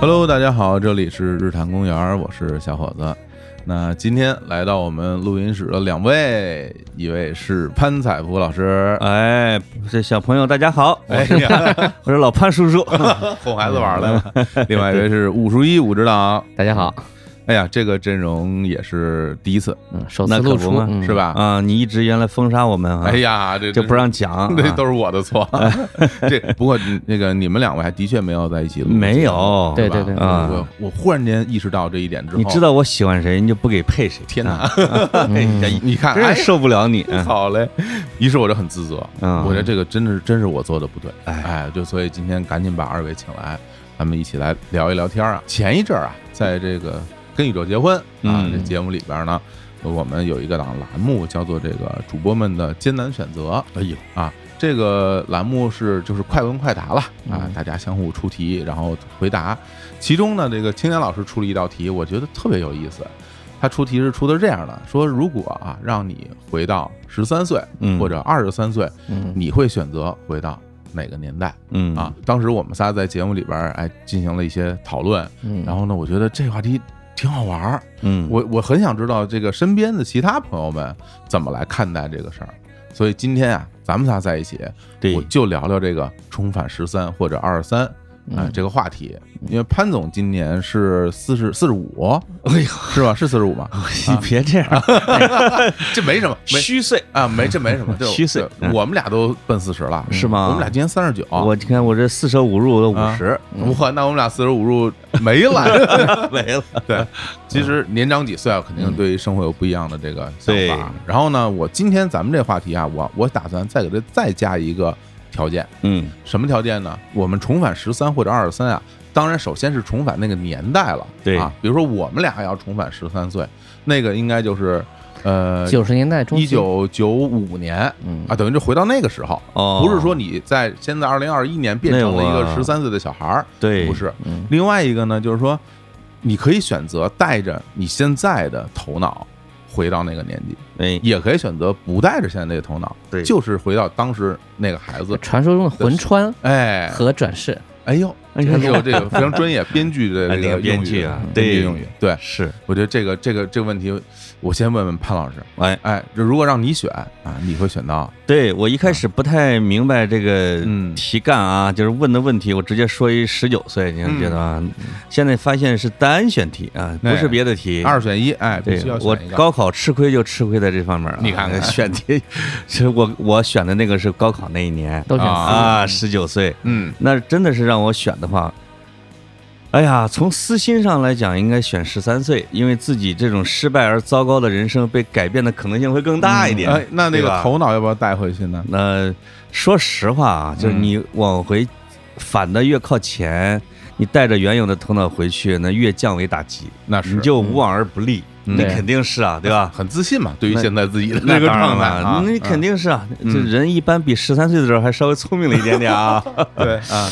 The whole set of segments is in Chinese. Hello，大家好，这里是日坛公园，我是小伙子。那今天来到我们录音室的两位，一位是潘彩福老师，哎，这小朋友大家好，哎啊呀，我是老潘 叔叔。哄孩子玩儿来了。 另外一位是武术一武指导，大家好，哎呀，这个阵容也是第一次，嗯，首次那可露不出嘛 嗯是吧？啊，你一直原来封杀我们啊，哎呀，这就不让这 讲，这啊都是我的错。这不过那个你们两位还的确没有在一起录节目，没有是吧对对对啊我我忽然间意识到这一点之后，你知道我喜欢谁，你就不给配谁，天哪啊，哎嗯呀， 你看，哎真是受不了你。嗯好嘞，于是我就很自责，嗯我觉得这个真的是真是我做的不对，哎哎，就所以今天赶紧把二位请来，咱们一起来聊一聊天啊。前一阵儿啊，在这个《跟宇宙结婚》啊嗯这节目里边呢，我们有一个档栏目叫做这个主播们的艰难选择，哎呦，啊，这个栏目是就是快问快答了啊嗯，大家相互出题，然后回答。其中呢，这个青年老师出了一道题，我觉得特别有意思。他出题是出的这样的：说如果啊，让你回到十三岁嗯或者二十三岁，嗯，你会选择回到哪个年代嗯啊，？当时我们仨在节目里边儿哎进行了一些讨论，嗯然后呢，我觉得这话题挺好玩儿，嗯，我我很想知道这个身边的其他朋友们怎么来看待这个事儿，所以今天啊，咱们仨在一起，对我，就聊聊这个重返十三或者二十三啊嗯这个话题，因为潘总今年是四十四十五，哎呦，是吧？是四十五吧？你别这样，这没什么，啊没虚岁。啊，没这没什 么，就虚岁嗯对我们俩都奔四十了，是吗我们俩今年三十九，啊我你看我这四舍五入都五十，我那我们俩四舍五入没了。 没了。对，其实年长几岁啊，肯定对于生活有不一样的这个想嗯对法。然后呢，我今天咱们这话题啊，我我打算再给它再加一个条件，嗯，什么条件呢？我们重返十三或者二十三啊，当然首先是重返那个年代了，对啊，比如说我们俩要重返十三岁，那个应该就是呃嗯九十年代中期一，九九五年。嗯啊，等于就回到那个时候，哦不是说你在现在二零二一年变成了一那个我啊十三岁的小孩儿，对，不是，嗯另外一个呢，就是说，你可以选择带着你现在的头脑回到那个年纪，哎，也可以选择不带着现在那个头脑，对就是回到当时那个孩子。传说中的魂穿哎，和转世，哎呦，哎这呦哎是有这个非常专业编剧的这那个个用编语剧啊，编剧对用语。对，是，我觉得这个这个这个问题，我先问问潘老师。哎，哎，这如果让你选啊，你会选到对我一开始不太明白这个嗯题干啊，就是问的问题，我直接说一十九岁，你看嗯觉得啊？现在发现是单选题啊，不哎是别的题。二选一？哎，必对须要，我选一个。高考吃亏就吃亏在这方面了。啊你看看选题， 是我我选的那个是高考那一年都选四啊，十九岁，嗯，那真的是让我选的话，哎呀，从私心上来讲，应该选十三岁，因为自己这种失败而糟糕的人生被改变的可能性会更大一点。哎，那那对个吧头脑要不要带回去呢？那说实话啊，就是嗯你往回反的越靠前，你带着原有的头脑回去，那越降维打击，那是你就无往而不利。嗯那肯定是啊，对吧？很自信嘛，对于现在自己的那 那个当然状态了啊，那肯定是啊。嗯这人一般比十三岁的时候还稍微聪明了一点点 啊。对啊，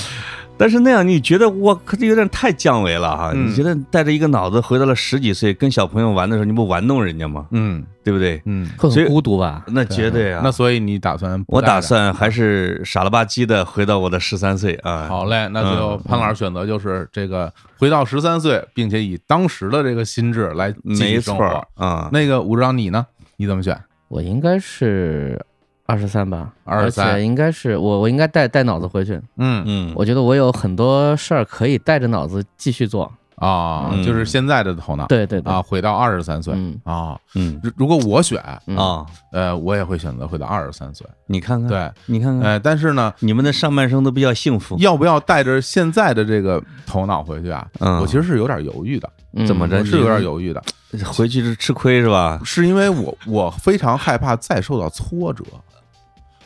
但是那样你觉得我可这有点太降维了哈？嗯你觉得带着一个脑子回到了十几岁，跟小朋友玩的时候，你不玩弄人家吗？嗯对不对？嗯，会所以很孤独吧？那绝对啊！那所以你打算？我打。啊算还是傻了吧唧的回到我的十三岁啊。好嘞，那最后潘老师选择就是这个回到十三岁，并且以当时的这个心智来继续没生错活儿。啊，那个武指长你呢？你怎么选？我应该是二十三吧，而23且应该是我我应该带带脑子回去，嗯嗯，我觉得我有很多事儿可以带着脑子继续做，啊，嗯就是现在的头脑对对对，啊，回到二十三岁嗯啊。嗯如如果我选，嗯啊，呃，我也会选择回到二十三岁。你看看，对，你看看，呃，但是呢，你们的上半生都比较幸福。要不要带着现在的这个头脑回去啊？嗯我其实是有点犹豫的，嗯怎么着我是有点犹豫的。回去是吃亏是吧？是因为我我非常害怕再受到挫折。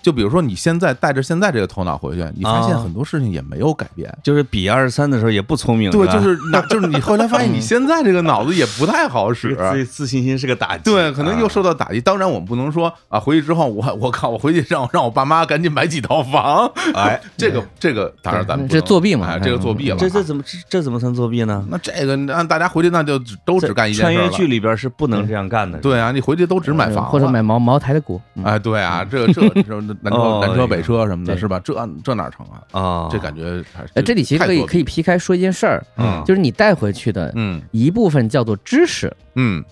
就比如说，你现在带着现在这个头脑回去，你发现啊很多事情也没有改变。就是比二十三的时候也不聪明，对，吧就是那，就是你后来发 现你现在这个脑子也不太好这使。个 自自信心是个打击。对，可能又啊受到打击。当然，我们不能说啊，回去之后我 我靠，我回去让让我爸妈赶紧买几套房。哎， 这个这个当然咱们不嗯这能作弊嘛哎这个作弊了。这这怎么这这怎么算作弊呢？那这个让大家回去，那就只都只干一件穿事儿越了嗯剧。里边是不能这样干的。对啊，你回去都只买嗯房或者了买茅茅台的股，嗯 哎，对啊，这这这南车哦南车北车什么的，对是吧？这这哪成啊？啊，这感觉还是呃，这里其实可以可以，以劈开说一件事儿，嗯就是你带回去的嗯一部分叫做知识嗯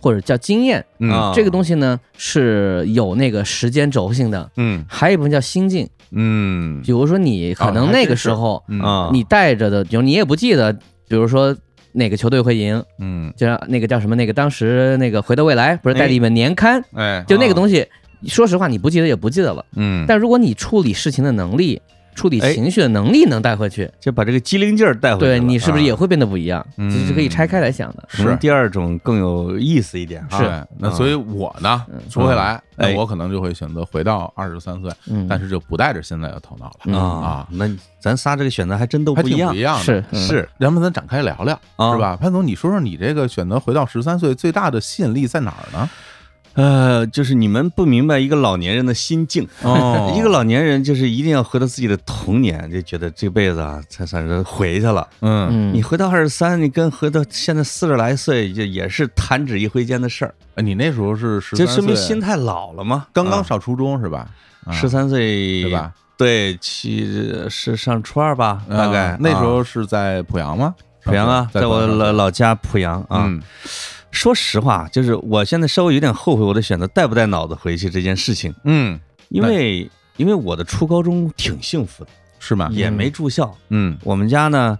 或者叫经验，嗯啊这个东西呢是有那个时间轴性的，嗯还有一部分叫心境。嗯比如说你可哦能还那真个是时候嗯啊，你带着的，比如你也不记得，比如说哪个球队会赢，嗯，就像那个叫什么那个当时那个《回到未来》不是带了一本年刊，哎，就那个东西，说实话你不记得也不记得了。嗯，但如果你处理事情的能力、处理哎情绪的能力能带回去，哎就把这个机灵劲儿带回来对了你是不是啊也会变得不一样？嗯其实是可以拆开来想的。可能是第二种更有意思一点啊？对哎嗯那所以我呢，说回来，嗯那哎我可能就会选择回到二十三岁，嗯，但是就不带着现在的头脑了，嗯啊啊，那咱仨这个选择还真都还不一挺样不一，样的。是嗯是咱们咱展开聊聊，啊是吧？潘总，你说说你这个选择回到十三岁最大的吸引力在哪儿呢？呃，就是你们不明白一个老年人的心境。哦 一个老年人就是一定要回到自己的童年，就觉得这辈子啊才算是回去了。 嗯，嗯，你回到二十三，你跟回到现在四十来岁，就也是弹指一挥间的事儿，哎你那时候是十就三说明岁，心态老了嘛。刚刚上初中是吧？啊十三嗯岁对吧？对，七是上初二吧，啊大概那时啊候是在濮阳吗？濮阳啊，在在我濮阳老老家濮阳啊。嗯说实话，就是我现在稍微有点后悔我的选择带不带脑子回去这件事情，嗯，因为因为我的初高中挺幸福的，是吗？也没住校。嗯我们家呢，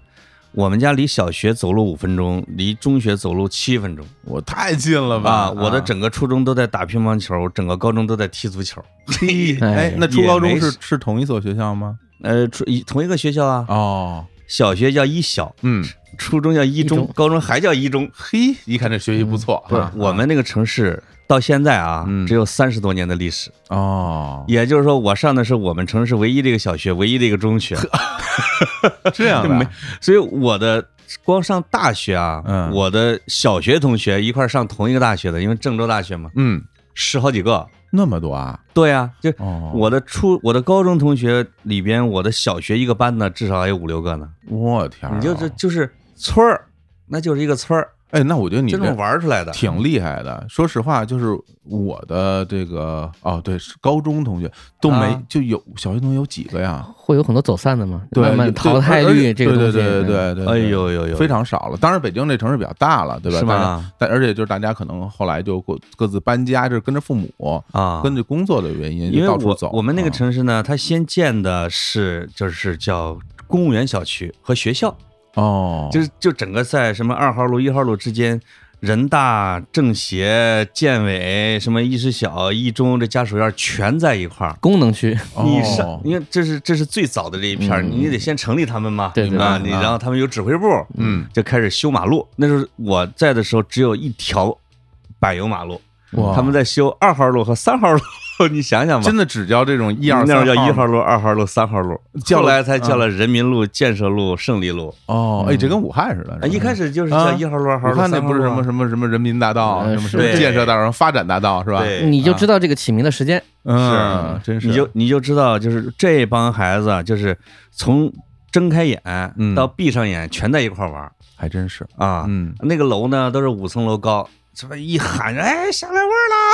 我们家离小学走路五分钟，离中学走路七分钟。我太近了吧！啊，我的整个初中都在打乒乓球，整个高中都在踢足球。嘿哎哎，那初高中也没是事是同一所学校吗？ 呃，初一同一个学校啊，哦，小学叫一小，嗯，初中叫一一中中，高中还叫一中。嘿，一看这学习不错嗯啊。我们那个城市到现在啊嗯，只有三十多年的历史，哦，也就是说，我上的是我们城市唯一的一个小学，唯一的一个中学，这样的啊没，所以我的。光上大学啊，嗯我的小学同学一块儿上同一个大学的，因为郑州大学嘛，嗯，十好几个，那么多啊！对呀、就哦，我的初我的高中同学里边，我的小学一个班呢，至少还有五六个呢。我天儿啊，你就这就是村儿，那就是一个村儿，哎，那我觉得你就这么玩儿出来的。挺厉害的。说实话，就是我的这个哦，对，是高中同学都没、啊就有小学同学有几个呀？会有很多走散的嘛，对，慢慢对淘汰而率且这个东对西，对对嗯对对，哎对呦呦呦，非常少了。当然，北京这城市比较大了，对吧？是当然？吧？但而且就是大家可能后来就各各自搬家，就是跟着父母、啊，跟着工作的原因，因就为到处我走。我们那个啊城市呢，它先建的是就是叫公务员小区和学校，哦，就是就整个在什么二号路一号路之间。人大、政协、建委、什么一师小、一中这家属院全在一块儿，功能区，你哦上，因为这是这是最早的这一片儿，嗯你得先成立他们嘛，对对啊，对你啊然后他们有指挥部，嗯，就开始修马路。那时候我在的时候，只有一条柏油马路，哇他们在修二号路 和三号路，你想想吧真。的只教这种一二那三会儿叫一吗号路、二号路、三号路，叫后了来才叫了人民路、建设路、胜利路。哦，哎，这跟武汉似的。是啊吧一开始就是叫啊一号路、二号武路、汉那三号不路是什么啊什么什么人民大道，嗯什么什么是建设大道、什么发展大道是吧？对你就知道，道这个起名的时间。嗯，真是，你就你就知道，就是这帮孩子啊，就是从睁开眼嗯到闭上眼，全在一块儿玩儿还真是，啊。 嗯那个楼呢都是五层楼高，这么一喊，哎，下来玩儿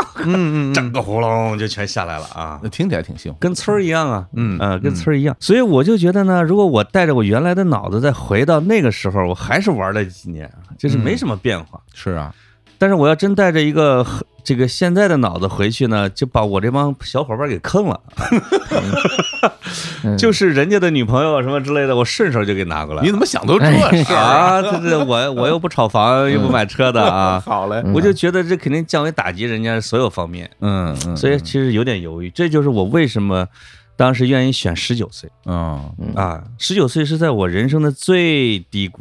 啦，嗯嗯整个喉咙就全下来了啊那，听起来挺幸福，跟村儿一样啊，嗯呃，跟嗯村儿一样。所以我就觉得呢，如果我带着我原来的脑子再回到那个时候，我还是玩了几年，就是没什么变化。是啊，但是我要真带着一个这个现在的脑子回去呢，就把我这帮小伙伴给坑了，嗯就是人家的女朋友什么之类的，我顺手就给拿过来你 了。怎么想都这事儿？啊，对对，我我又不炒房，又不买车的 啊，好嘞，嗯我就觉得这肯定降维打击人家所有方面，嗯嗯，所以其实有点犹豫。这就是我为什么当时愿意选十九岁嗯，嗯啊，十九岁是在我人生的最低谷，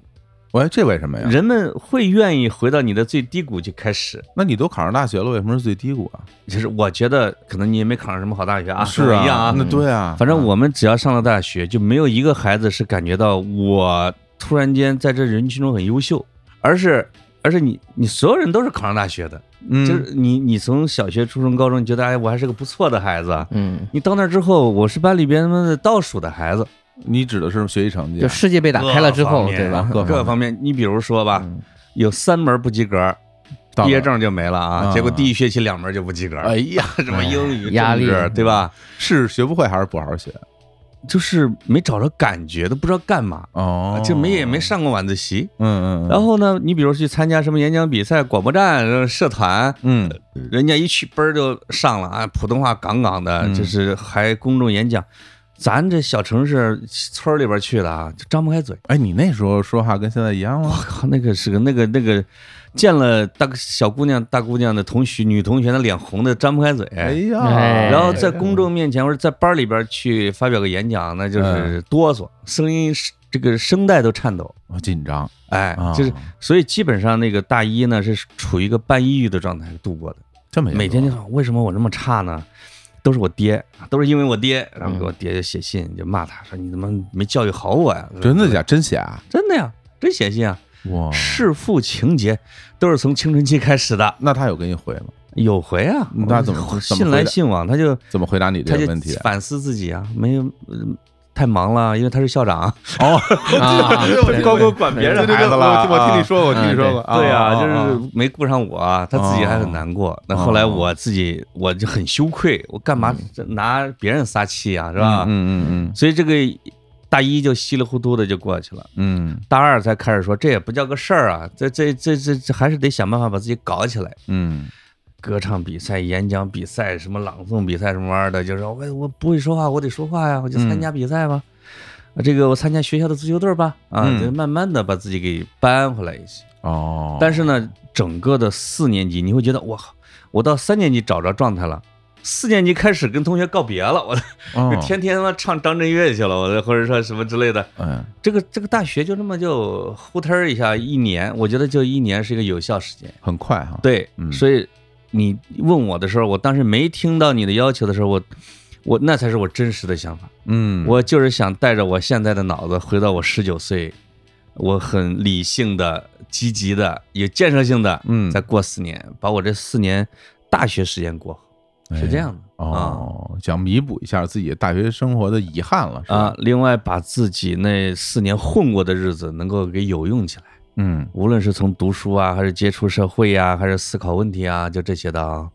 喂，这为什么呀？人们会愿意回到你的最低谷去开始。那你都考上大学了，为什么是最低谷啊？就是我觉得可能你也没考上什么好大学啊，是跟啊，我一样啊。那对啊，反正我们只要上了大学，就没有一个孩子是感觉到我突然间在这人群中很优秀，而是而是你你所有人都是考上大学的，嗯就是你你从小学、初中、高中，你觉得哎我还是个不错的孩子，啊嗯，你到那之后我是班里边他妈的倒数的孩子，你指的是学习成绩就啊，世 界被打开了之后，对吧？各方面，你比如说吧，嗯有三门不及格，到毕业了证就没了啊，啊结果第一学期两门就不及格，哎呀，什么英语、压政力治对吧？是学不会还是不好好学？就是没找着感觉，都不知道干嘛，哦，啊就没也没，上过晚自习。嗯嗯，然后呢，你比如去参加什么演讲比赛、广播站、呃社团，嗯人家一去嘣儿就上了啊，普通话杠杠的，嗯就是还公众演讲。咱这小城市村儿里边儿去的啊，就张不开嘴。哎，你那时候说话跟现在一样我吗？靠，那个是个那个那个，见了大小姑娘、大姑娘的同学、女同学，那脸红的张不开嘴。哎呀，哎然后在公众面前或者在班里边去发表个演讲，那嗯就是哆嗦，声音是这个声带都颤抖。我紧张，哎啊，就是所以基本上那个大一呢是处于一个半抑郁的状态度过的。这么严重啊每天就想为什么我这么差呢？都是我爹，都是因为我爹，然后嗯给我爹就写信就骂他说你怎么没教育好我呀？真的假？真写啊？真的呀，真写信啊！哇，弑父情节都是从青春期开始的。那他有给你回吗？有回啊，那怎么我怎么信回来的信往，他就怎么回答你他这个就问 题？反思自己啊，没有、呃太忙了，因为他是校长。哦， 啊，对高高管别人孩子了我我听你说过，我啊听你说过， 对呀、啊，就是没顾上我，他自己还很难过。那后来哦我自己我就很羞愧，我干嘛拿别人撒气啊，是是吧？吧？嗯嗯嗯所以这个大一就稀里糊涂的就过去了，嗯大二才开始说这也不叫个事儿啊，这这这这这还是得想办法把自己搞起来。嗯歌唱比赛、演讲比赛、什么朗诵比赛什么玩意儿的，就是我我不会说话，我得说话呀，我就参嗯加比赛吧。啊这个我参加学校的足球队吧，啊，嗯就慢慢的把自己给扳回来一些。嗯，哦，但是呢，整个的四年级你会觉得，我靠，我到三年级找着状态了。四年级开始跟同学告别了，我哦就，天天他妈唱张震岳去了，我或者说什么之类的。嗯这个这个大学就这么就呼腾一下一年，我觉得就一年是一个有效时间。很快哈，，对，嗯所以你问我的时候，我当时没听到你的要求的时候，我我那才是我真实的想法。嗯，我就是想带着我现在的脑子回到我十九岁，我很理性的、积极的、有建设性的，嗯再过四年，把我这四年大学时间过好，哎是这样的。啊哦，想弥补一下自己大学生活的遗憾了，是吧啊，？另外把自己那四年混过的日子能够给有用起来，嗯无论是从读书啊，还是接触社会呀、还是思考问题啊，就这些的啊，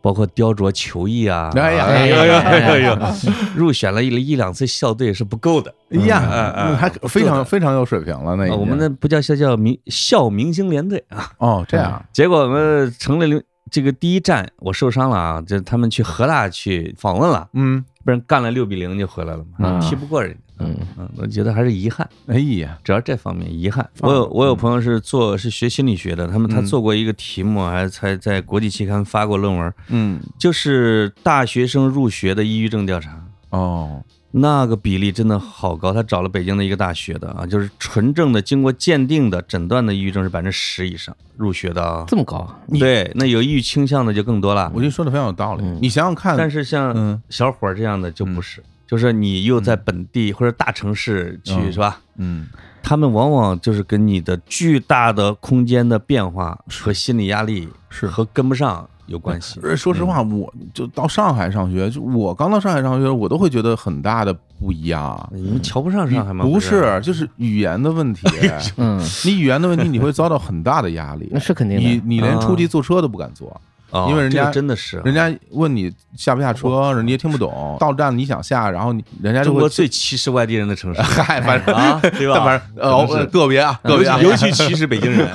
包括雕琢球艺啊，哎呀哎哎呀呀哎呀哎呀，入选了一一两次校队是不够的，哎呀，嗯嗯那还非常非常有水平了，那已啊经我们那不叫校叫明校明星联队啊。哦这样，结果我们成了零这个第一站，我受伤了啊，就他们去河大去访问了，嗯，不然干了六比零就回来了嘛，嗯踢不过人家。嗯嗯，我觉得还是遗憾，哎呀，主要这方面遗憾。放我有我有朋友是做是学心理学的，他们他啊嗯做过一个题目，还才在国际期刊发过论文，嗯就是大学生入学的抑郁症调查。哦，那个比例真的好高，他找了北京的一个大学的啊，就是纯正的、经过鉴定的、诊断的抑郁症是百分之十以上入学的啊。 这么高啊，对，那有抑郁倾向的就更多了。我觉得说的非常有道理嗯，你想想看，但是像嗯小伙儿这样的就不是，就是你又在本地或者大城市去、嗯是吧？嗯他们往往就是跟你的巨大的空间的变化和心理压力是和跟不上有关系。而说实话，我就到上海上学，就我刚到上海上学，我都会觉得很大的不一样。你们瞧不上上海吗？不是，就是语言的问 题，哎嗯，你语言的问题，你会遭到很大的压力哎那。是肯定你的。嗯你连出去坐车都不敢坐，哦，因为人家这个真的啊是人家问你下不下车，人家也听不懂。到站你想下，然后你人家就中会国 最歧视外地人的城市嗨， 反正 啊，对吧？但反哎正呃可能是个别嗯啊，个尤别啊哎其，尤其歧视北京 人，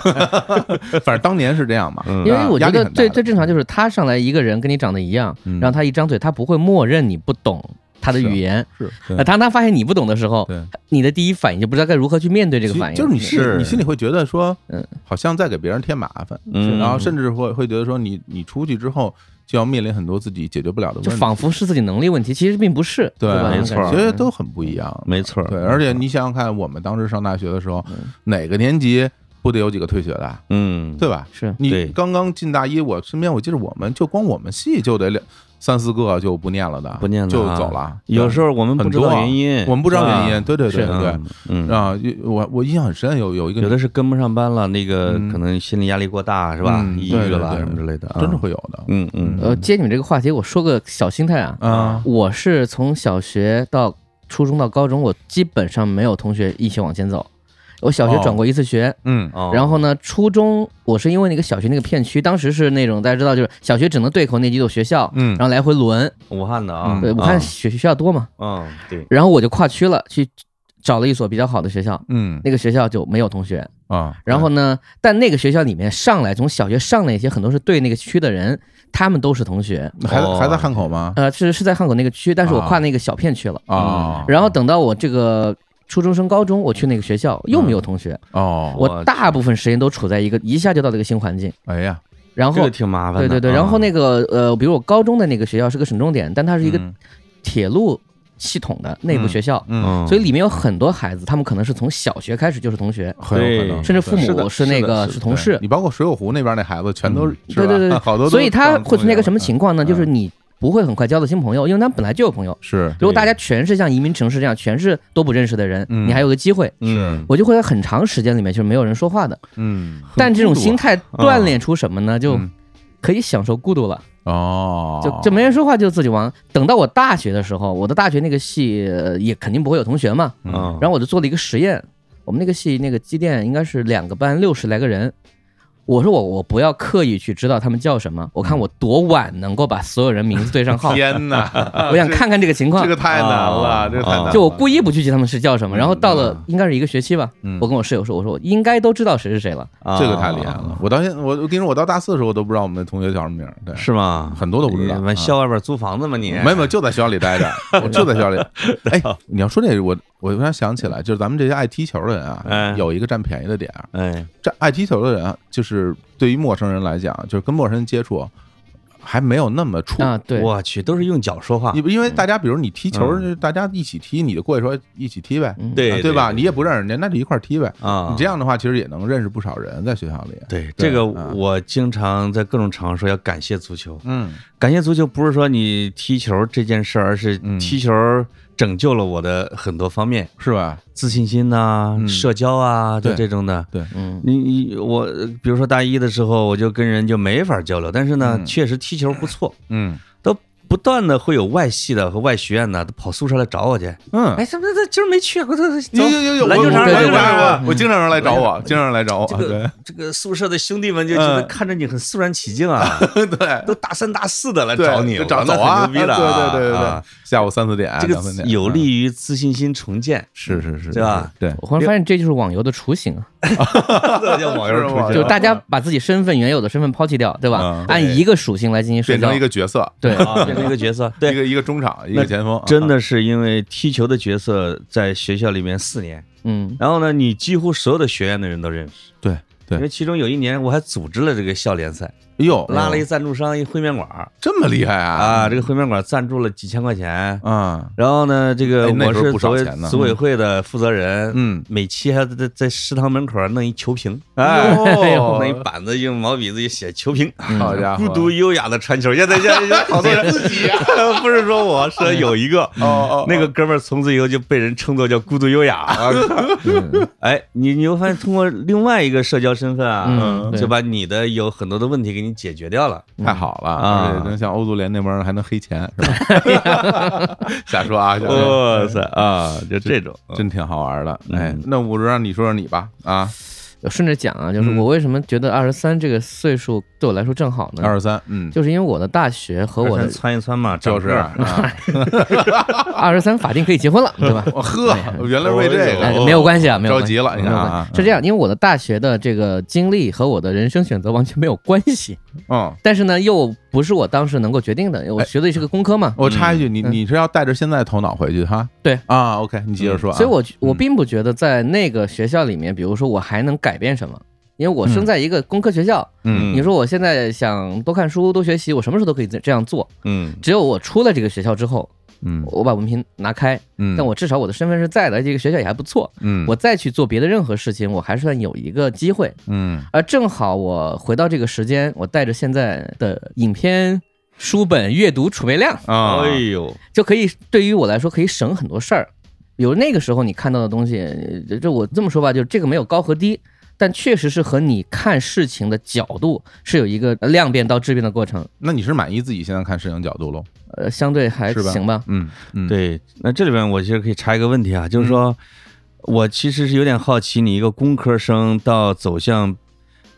反正当年是这样嘛。嗯因为我觉压力得很大最的最正常就是他上来一个人跟你长得一样，嗯然后他一张嘴，他不会默认你不懂他的是语言。是，那当他发现你不懂的时候，对，你的第一反应就不知道该如何去面对这个其实反应。就是你心是里你心里会觉得说嗯，好像在给别人添麻烦，嗯然后甚至会会觉得说你你出去之后就要面临很多自己解决不了的问就题，仿佛是自己能力问题，其实并不是，对啊吧？，没其错那种感实觉嗯都很不一样。没错儿，对，而且你想想看，我们当时上大学的时候，哪个年级不得有几个退学的啊，嗯，对吧？是你对刚刚进大一，我身边我记得我们就光我们系就得两三四个就不念了的，不念了啊就走了。有时候候我啊们不知道原因，啊我们不知道原因，因，对对对是对对嗯，嗯啊，有我我印象很深，有有一个有的是跟不上班了，那个嗯可能心理压力过大是吧？嗯抑郁了对对对什么之类的，啊真的，会有的，嗯嗯呃，接你们这个话题，我说个小心态啊，啊，我是从小学到初中到高中，我基本上没有同学一起往前走，我小学转过一次学，嗯哦然后呢，初中我是因为那个小学那个片区，当时是那种大家知道，就是小学只能对口那几所学校，嗯然后来回轮。武汉的啊，嗯对，武啊汉学学校多嘛，嗯，对，然后我就跨区了，去找了一所比较好的学校，嗯那个学校就没有同学。啊，然后呢，但那个学校里面上来从小学上来一些很多是对那个区的人，他们都是同学。还在哦还在汉口吗？呃，是是在汉口那个区，但是我啊跨那个小片区了。啊，嗯然后等到我这个初中升高中，我去那个学校又没有同学，哦，我大部分时间都处在一个一下就到了一个新环境，哎呀，然这后个。挺麻烦对的。对对，啊然后那个呃，比如我高中的那个学校是个省重点，但它是一个嗯铁路系统的内部学校，嗯，嗯所以里面有很多孩子，他们可能是从小学开始就是同学，很有可能对甚至父是的母是那是个的是同事对，你包括水火湖那边那孩子，全都是嗯是吧对对对 好多都所以他会存在一个什么上情况呢？嗯就是你不会很快交到新朋友，因为他们本来就有朋友。是如果大家全是像移民城市这样，全是都不认识的人，嗯你还有个机会。嗯我就会在很长时间里面就是没有人说话的，嗯但这种心态独啊锻炼出什么呢？就嗯可以享受孤独了，哦，就就没人说话就自己玩。等到我大学的时候，我的大学那个系呃也肯定不会有同学嘛，嗯嗯，然后我就做了一个实验，我们那个系那个机电应该是两个班六十来个人。我说我我不要刻意去知道他们叫什么，我看我多晚能够把所有人名字对上号，嗯天哪， 我想看看这个情况这。个太难了，啊这个太难了，就我故意不去记他们是叫什么，然后到了嗯应该是一个学期吧，嗯我跟我室友说，我说我应该都知道谁是谁了。啊这个太厉害了，，我到现我我跟你说，我到大四的时候我都不知道我们那同学叫什么名儿，对，是吗？很多都不知道你们啊校外边租房子吗？你没有没有，就在学校里待 着，我就在学校里。哎，你要说这，我我突然想起来，就是咱们这些爱踢球的人啊哎，有一个占便宜的点儿，哎，这爱踢球的人啊，就是对于陌生人来讲，就是跟陌生人接触还没有那么触。啊，对，我去，都是用脚说话你，因为大家，比如你踢球，嗯就大家一起踢，你就过去说一起踢呗，嗯啊对对吧？你也不认识人家，那就一块儿踢呗。啊，你这样的话，其实也能认识不少人，在学校里。对对这个，嗯我经常在各种场合说要感谢足球。嗯，感谢足球不是说你踢球这件事儿，而是嗯踢球拯救了我的很多方面，是吧？自信心呐、嗯社交啊，就对这种的。嗯，你你我，比如说大一的时候，我就跟人就没法交流，但是呢，嗯确实踢球不错，嗯都不断的会有外系的和外学院的都跑宿舍来找我去。嗯，哎，什么这今儿没去，我这有有有有，篮球场我篮球我场我我经常有人来找我，经常有人来找我，这个这个宿舍的兄弟们就觉得嗯看着你很肃然起 敬啊， 对对。都大三大四的来对找你，就找我那走很啊！牛逼了 啊，对对对对对啊啊，下午三四点，这两三个点有利于自信心重建，嗯是是是，对吧？ 对，我忽然发现这就是网游的雏形啊，这叫网友是网出啊友就现大家把自己身份原有的身份抛弃掉，对吧嗯？按对一个属性来进行社变交成一，个角色，对，啊，变成一个角 色。一对，个一个中场，一个前锋，啊真的是因为踢球的角色在学校里面四年，嗯，然后呢，你几乎所有的学院的人都认识。对对因为其中有一年我还组织了这个校联赛，哎呦，拉了一赞助商一烩面馆儿这么厉害啊啊，这个烩面馆儿赞助了几千块钱。啊，然后呢，这个哎那我时候是不组少委钱呢组委会的负责人，嗯，每期还要在在食堂门口儿弄一球评，哎哎，呦弄一板子用毛笔字一写球评，好家伙，孤独优雅的传球。现在现在现在好多人自己， 不是说我说有一个啊哦哦，啊那个哥们儿，从此以后就被人称作叫孤独优雅。 嗯哎，你你会发现通过另外一个社交身份啊嗯，对就把你的有很多的问题给你解决掉了。哦太好了啊而且能像欧足联那帮人还能黑钱是吧？瞎说啊，瞎说。哇塞啊，就这种，真挺好玩的，嗯哎，那我就让你说说你吧，啊，顺着讲啊，就是嗯我为什么觉得二十三这个岁数对我来说正好二呢？十三，嗯，就是因为我的大学和我往上的窜一窜嘛，长就是个儿啊，二十三法定可以结婚了，对吧？我呵，原来为这哎个，没有关系啊，没哦有着关系急了，你没有看关啊，系是这样，因为我的大学的这个经历和我的人生选择完全没有关系，嗯，但是呢，又不是我当时能够决定的。我哎学的是个工科嘛，我插一句，你嗯你是要带着现在头脑回去哈？对啊，OK，你接着说啊。所以我我嗯并不觉得在那个学校里面，比如说我还能改变什么，因为我生在一个工科学校，嗯你说我现在想多看书、多学习，我什么时候都可以这这样做。嗯只有我出了这个学校之后，嗯我把文凭拿开，嗯，但我至少我的身份是在的，这个学校也还不错。嗯我再去做别的任何事情，我还算有一个机会。嗯而正好我回到这个时间，我带着现在的影片、书本阅读储备量，啊哎呦，就可以对于我来说可以省很多事儿。比如那个时候你看到的东西，呃这我这么说吧，就是这个没有高和低，但确实是和你看事情的角度是有一个量变到质变的过程。那你是满意自己现在看摄影角度喽？呃，相对还是吧行吧。嗯嗯，嗯对，那这里边我其实可以插一个问题啊，就是说，我其实是有点好奇，你一个工科生到走向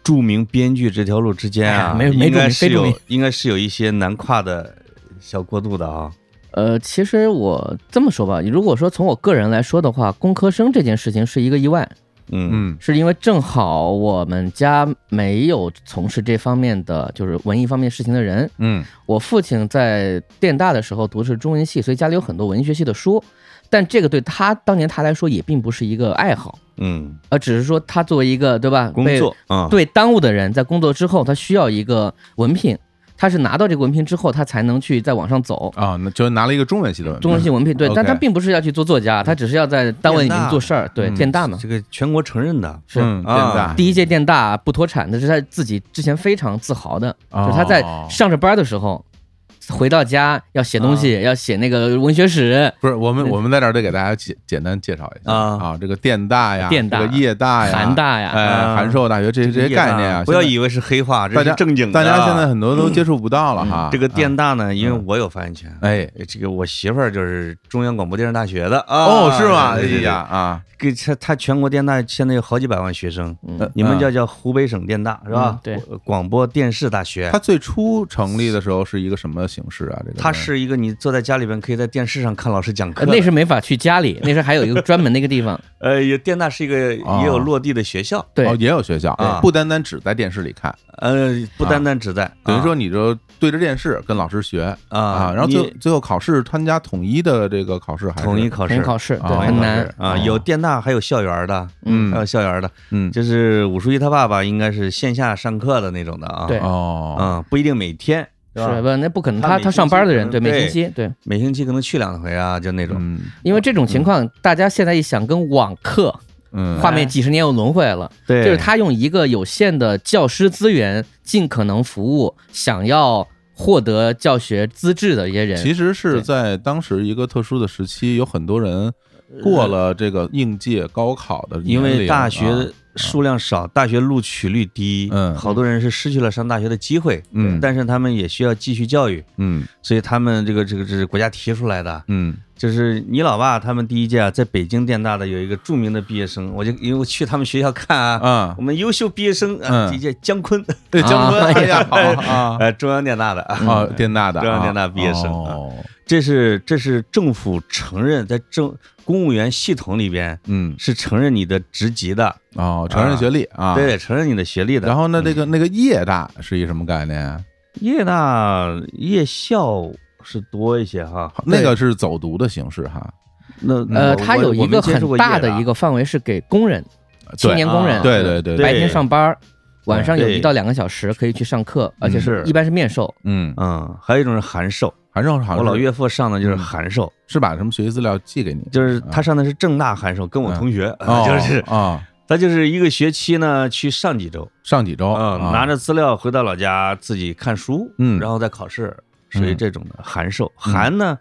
著名编剧这条路之间啊，哎没没应该著名是非著有名应该是有一些难跨的小过渡的啊。呃，其实我这么说吧，如果说从我个人来说的话，工科生这件事情是一个意外，嗯嗯是因为正好我们家没有从事这方面的就是文艺方面事情的人。嗯我父亲在电大的时候读的是中文系，所以家里有很多文学系的书，但这个对他当年他来说也并不是一个爱好，嗯，而只是说他作为一个对吧工被作啊，对当务的人，在工作之后，他需要一个文凭，他是拿到这个文凭之后，他才能去再往上走。啊，那就拿了一个中文系的文凭中文系文凭，对，但 OK 他并不是要去做作家，他只是要在单位里电大面做事儿，对，嗯电大嘛，这个全国承认的，是嗯，啊电大第一届电大不脱产，这是他自己之前非常自豪的，哦就是他在上着班的时候，回到家要写东西，要写那个文学史，不是我们我们在这儿得给大家简简单介绍一下啊啊，这个电大呀，电大这个夜大呀，韩大呀，哎，啊函授大学这些这些概念啊，不要现在以为是黑话，这大是家正经的大啊。嗯家现在很多都接触不到了哈。这个电啊大呢，因为我有发言权，哎这个我媳妇儿就是中央广播电视大学的啊，哦是吗？哎对对对呀啊，给他他全国电大现在有好几百万学生，呃嗯你们叫叫湖北省电大是吧嗯？对广，广播电视大学它，呃最初成立的时候是一个什么形式啊？这个它是一个你坐在家里边可以在电视上看老师讲课呃的，那是没法去家里，那是还有一个专门的一个地方，呃，有电大是一个哦也有落地的学校，对哦，也有学校啊，不单单只在电视里看，呃，不单单只在等于说啊你就对着电视跟老师学啊，啊，然后最你最后考试参加统一的这个考试还是统一考统一试考试，对，哦很难，啊，有电大还有校园的，嗯还有校园的，嗯就是武书一他爸爸应该是线下上课的那种的啊，对哦啊，不一定每天，是吧？不？那不可能，他他每星他上期班的可人，能对，每对星期，对，每星期可能去两回啊，就那种，嗯因为这种情况，大家现在一想跟网课嗯画面几十年又轮回了。对就是他用一个有限的教师资源，尽可能服务想要获得教学资质的一些人。其实是对在当时一个特殊的时期，有很多人过了这个应届高考的年龄，呃因为大啊学数量少，大学录取率低，嗯好多人是失去了上大学的机会，嗯但是他们也需要继续教育，嗯所以他们这个这个这是国家提出来的，嗯就是你老爸他们第一届啊，在北京电大的有一个著名的毕业生，我就因为我去他们学校看啊，啊 我，们优秀毕业生嗯啊，第一届姜昆，对姜昆，啊哎呀，好啊 呃，中央电大的啊，啊，电大的啊，中央电大毕业生啊哦这是这是政府承认在政公务员系统里边嗯是承认你的职级的，哦，承认学历啊，对，承认你的学历的嗯然。后呢，这个那个夜大是一什么概念？啊夜大夜校是多一些哈，那个嗯是走读的形式哈，那嗯呃，我他有一个很大的一，个范围是给工人、青年工人，对对对啊对对，白天上班，晚上有对一到两个小时可以去上课，而且是是一般是面授。嗯我，没接触过夜大嗯，还有一种是函授，韩嗯正好我像老是岳父上的就是函授，是把什么学习资料寄 给你，就是他上的是正大函授，跟我同学，嗯哦 就是啊，他就是一个学期呢去上几周，上几周啊嗯，拿着着资料回到老家自己看书，哦嗯然后再考试，属于嗯这种的函授，函呢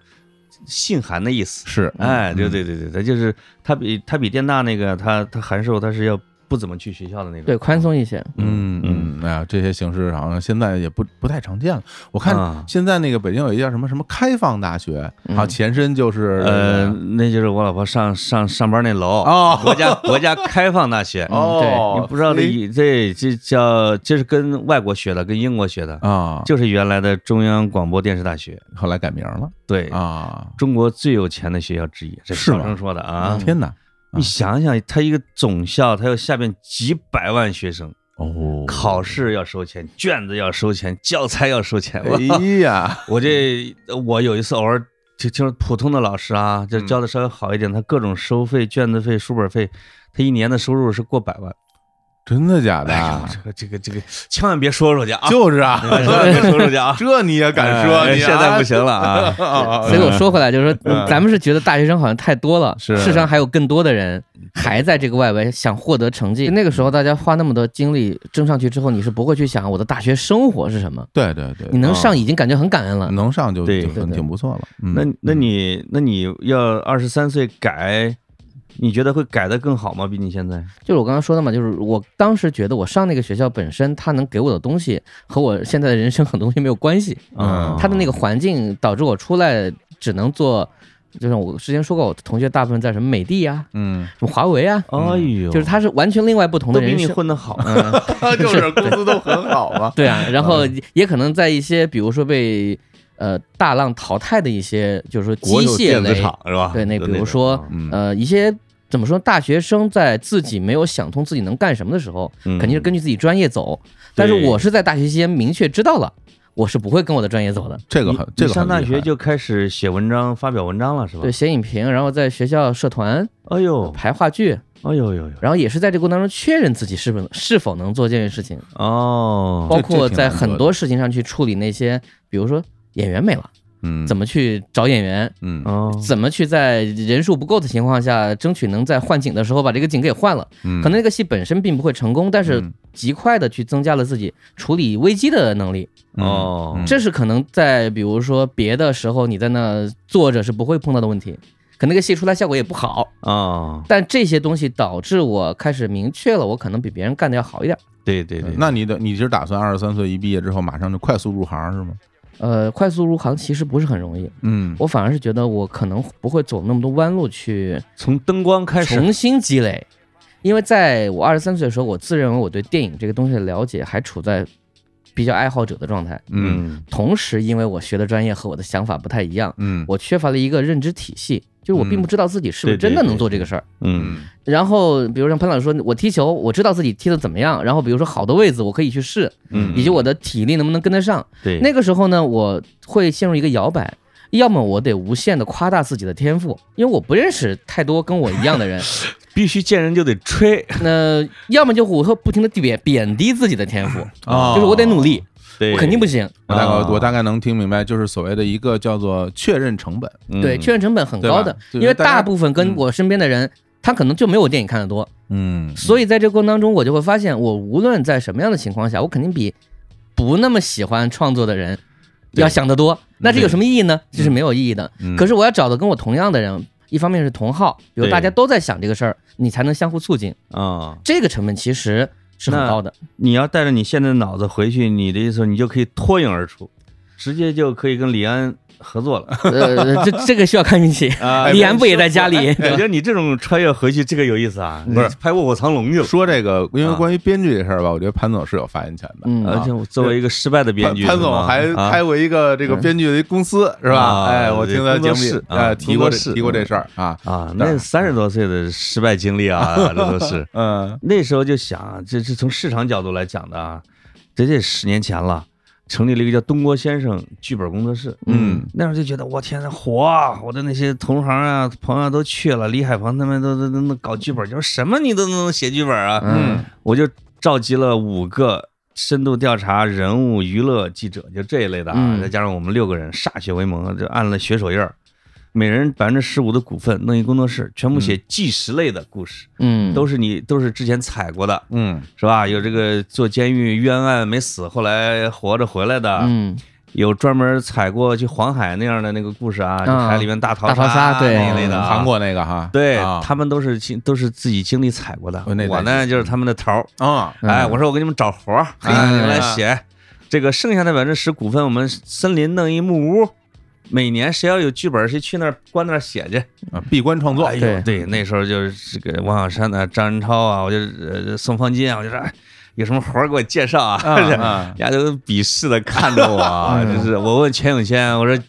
信函的意思，是哎，对嗯对对对，他就是他比他比电大那个他他函授他是要不怎么去学校的那种，对，宽松一些。嗯嗯，哎呀，这些形式好像现在也不不太常见了。我啊看现在那个北京有一叫什么什么开放大学，嗯好前身就是嗯呃，那就是我老婆上上上班那楼，哦国家国家开放大学，哦，你不知道所以这这这叫这是跟外国学的，跟英国学的，啊，就是原来的中央广播电视大学，后来改名了对，啊，中国最有钱的学校之一，这是吗嗯小生说的啊。天哪，你想想，他一个总校，他要下边几百万学生，哦，考试要收钱，卷子要收钱，教材要收钱，我哎呀， 我这我有一次偶尔就就是普通的老师啊，嗯就教的稍微好一点，他各种收费、卷子费、书本费，他一年的收入是过百万。真的假哎呀，的？这个这个这个，千万别说出去啊！啊就是啊，千万别说出去 啊！这你也敢说？哎你啊现在不行了 啊！啊所以我说回来，就是说，咱们是觉得大学生好像太多了，嗯是事实上还有更多的人还在这个外围想获得成嗯绩。那个时候，大家花那么多精力争上去之后，你是不会去想我的大学生活是什么。对对对，啊你能上已经感觉很感恩了。能上就对就很嗯对对挺不错了。嗯那那你那你要二十三岁改，你觉得会改的更好吗？比你现在？就是我刚刚说的嘛，就是我当时觉得我上那个学校本身，它能给我的东西和我现在啊的人生很多东西没有关系。嗯它的那个环境导致我出来只能做就像我之前说过，我同学大部分在什么美的呀、 嗯，什么华为啊，哎呦，就是他是完全另外不同都的比人你生。混得好，嗯，就是工资都很好嘛。对啊，然嗯后也可能在一些比如说被呃大浪淘汰的一些，就是说机国有械电子类，厂是吧？对那就比如种说啊嗯呃一些怎么说，大学生在自己没有想通自己能干什么的时候，嗯肯定是根据自己专业走。但是对我是在大学期间明确知道了，我是不会跟我的专业走的。这个你很你嗯这个很上大厉学害就开始写文章、发表文章了是吧？对，，写影评，然后在学校社团哎呦，排话剧，哎呦呦呦，然后也是在这过程当中确认自己是不是否能做这件事情，哦，包这挺括在难得很的多事情上去处理那些，比如说演员没了，嗯怎么么去找演员，嗯哦，怎么去在人数不够的情况下，争取能在换景的时候把这个景给换了。嗯可能这个戏本身并不会成功，但是嗯极快的去增加了自己处理危机的能力。嗯哦嗯这是可能在比如说别的时候你在那坐着是不会碰到的问题。可能那个戏出来效果也不好，啊？但这些东西导致我开始明确了，我可能比别人干的要好一点。对对嗯对，嗯那你的你是打算二十三岁一毕业之后马上就快速入行是吗？呃，快速入行其实不是很容易，嗯，我反而是觉得我可能不会走那么多弯路去从灯光开始，重新积累。因为在我二十三岁的时候，我自认为我对电影这个东西的了解还处在比较爱好者的状态。嗯同时，因为我学的专业和我的想法不太一样，嗯我缺乏了一个认知体系，就是我并不知道自己是嗯不是真的能做这个事儿。嗯然后，比如像潘老师说，我踢球，我知道自己踢的怎么样，然后比如说好的位置我可以去试，嗯，以及我的体力能不能跟得上。对那个时候呢，我会陷入一个摇摆。要么我得无限的夸大自己的天赋，因为我不认识太多跟我一样 的人，必须见人就得 吹，那要么就我会不停的贬贬低自己的天赋，哦就是我得努力，对，我肯定不行。我大啊概我大概能听明白，就是所谓的一个叫做确认成本。嗯对，确认成本很对吧高的，就是因为大家大部分跟嗯我身边的人，他可能就没有我电影看的多，嗯，所以在这个过程当中，我就会发现，我无论在什么样的情况下，我肯定比不那么喜欢创作的人对嗯要想得多。那这有什么意义呢？这是没有意义的。以可是我要找到跟我同样的人，一方面是同好，比如对 大家都在想嗯这个事儿，你才能相互促进。啊，这个成本其实是很那 高的。你要带着你现在的脑子回去，你的意思你就可以脱颖而出，直接就可以跟李安合作 了。呃，这这个需要看运气。啊李安不也在 家里？对感吧？觉你这种穿越回去，这个有意思啊！不是你拍《卧虎藏龙》去了。说这个，因为啊关于编剧这事儿吧，我觉得潘总是有发言权的。呃嗯而且我作为一个失败的编潘剧，潘是吗总还啊开过一个这个编剧的一公司是吧？啊哎，我听他节目工里作室啊哎提过工作这室提过这事儿啊，啊，那三十多岁的失败经 历啊，这都是嗯那时候就想，这是从市场角度来讲的啊，这这十年前了，成立了一个叫东郭先生剧本工作室。嗯那时候就觉得，我天呐，火啊！我的那些同行啊、朋友都去了，李海鹏他们都都都都搞剧本，就是什么你都能写剧本啊。嗯，我就召集了五个深度调查人物、娱乐记者，就这一类的啊，嗯再加上我们六个人歃血为盟，就按了血手印儿，每人百分之十五的股份，弄一工作室，全部写纪实类的故事，嗯，都是你都是之前踩过的，嗯是吧？有这个坐监狱冤案没死，后来活着回来的，嗯有专门踩过去黄海那样的那个故事啊，就海里面大逃嗯大逃杀对那一嗯类的啊，韩国那个哈，对啊他们都是亲都是自己经历踩过的，哦那我那呢就是他们的头儿。啊嗯哎，我说我给你们找活儿，嗯哎，你们来写。这个剩下的百分之十股份，我们森林弄一木屋，每年谁要有剧本，谁去那儿关那儿写去。啊闭关创作哎，对呦，对，那时候就是这个王小山啊、张仁超啊，我就呃宋方金啊，我就说哎有什么活儿给我介绍啊，啊 哎人啊家都鄙视的看着我 啊，嗯就是我问全永先，我说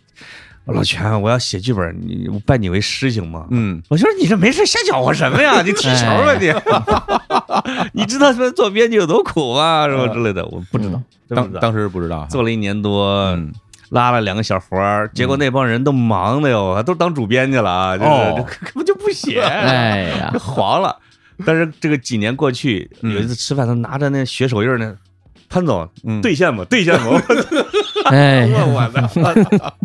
老全，我要写剧本，你我拜你为师行吗？嗯我就说你这没事瞎搅和什么呀？你踢球吧你！哎 你知道说做编辑有多苦吗？什么之类的，我不知嗯 道，呃嗯真不当知道当时不知道哈，做了一年多，嗯拉了两个小活儿，结果那帮人都忙的哟，都当主编去了啊，就是 哦这根本就不写， 哎呀就，黄了。但是这个几年过去，有嗯一次吃饭，他拿着那血手印儿呢，潘总嗯兑现 吧，兑现吧，哎，问我呢。嗯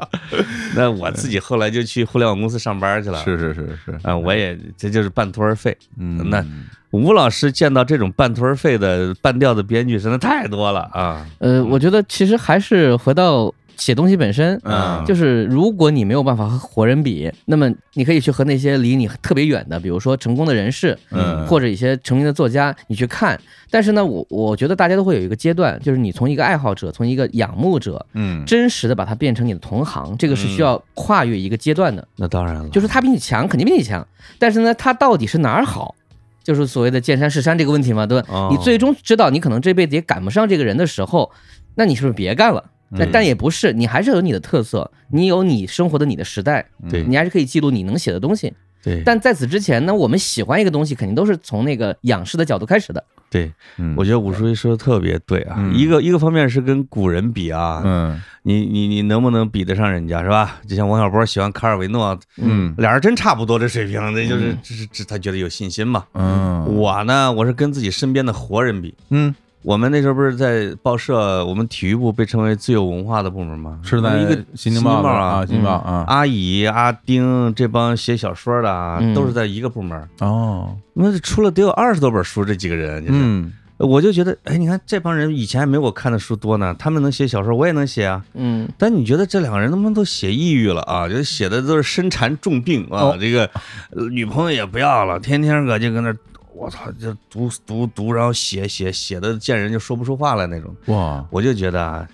那我自己后来就去互联网公司上班去了，是是是是，啊，嗯我也这就是半途而废。嗯那吴老师见到这种半途而废的半吊子编剧，真的太多了啊！呃，我觉得其实还是回到写东西本身，嗯就是如果你没有办法和活人比，那么你可以去和那些离你特别远的，比如说成功的人士，嗯或者一些成名的作家，你去看。但是呢，我我觉得大家都会有一个阶段，就是你从一个爱好者，从一个仰慕者，嗯真实的把它变成你的同行，这个是需要跨越一个阶段的。嗯那当然了，就是他比你强，肯定比你强，但是呢，他到底是哪儿好，就是所谓的见山是山这个问题嘛，对吧？哦你最终知道你可能这辈子也赶不上这个人的时候，那你是不是别干了？那嗯但也不是，你还是有你的特色，你有你生活的你的时代，嗯对你还是可以记录你能写的东西。对，但在此之前呢，我们喜欢一个东西，肯定都是从那个仰视的角度开始的。对，嗯我觉得武书一说的特别对啊，嗯一个一个方面是跟古人比啊，嗯你你你能不能比得上人家是吧？就像王小波喜欢卡尔维诺，嗯俩人真差不多这水平，那就是这是这他觉得有信心嘛。嗯我呢，我是跟自己身边的活人比。嗯，我们那时候不是在报社，我们体育部被称为最有文化的部门吗？是我在们一个新京报报嗯的啊，新京报啊，阿乙、阿丁这帮写小说的啊，嗯都是在一个部门。哦，那出了得有二十多本书，这几个人就是。嗯我就觉得，哎，你看这帮人以前还没我看的书多呢，他们能写小说，我也能写啊。嗯，但你觉得这两个人他妈都写抑郁了啊？就写的都是身缠重病啊，哦这个呃女朋友也不要了，天天搁就搁那儿，我操，就读读读，然后写写写的，见人就说不出话来那种。嗯哇，我就觉得啊，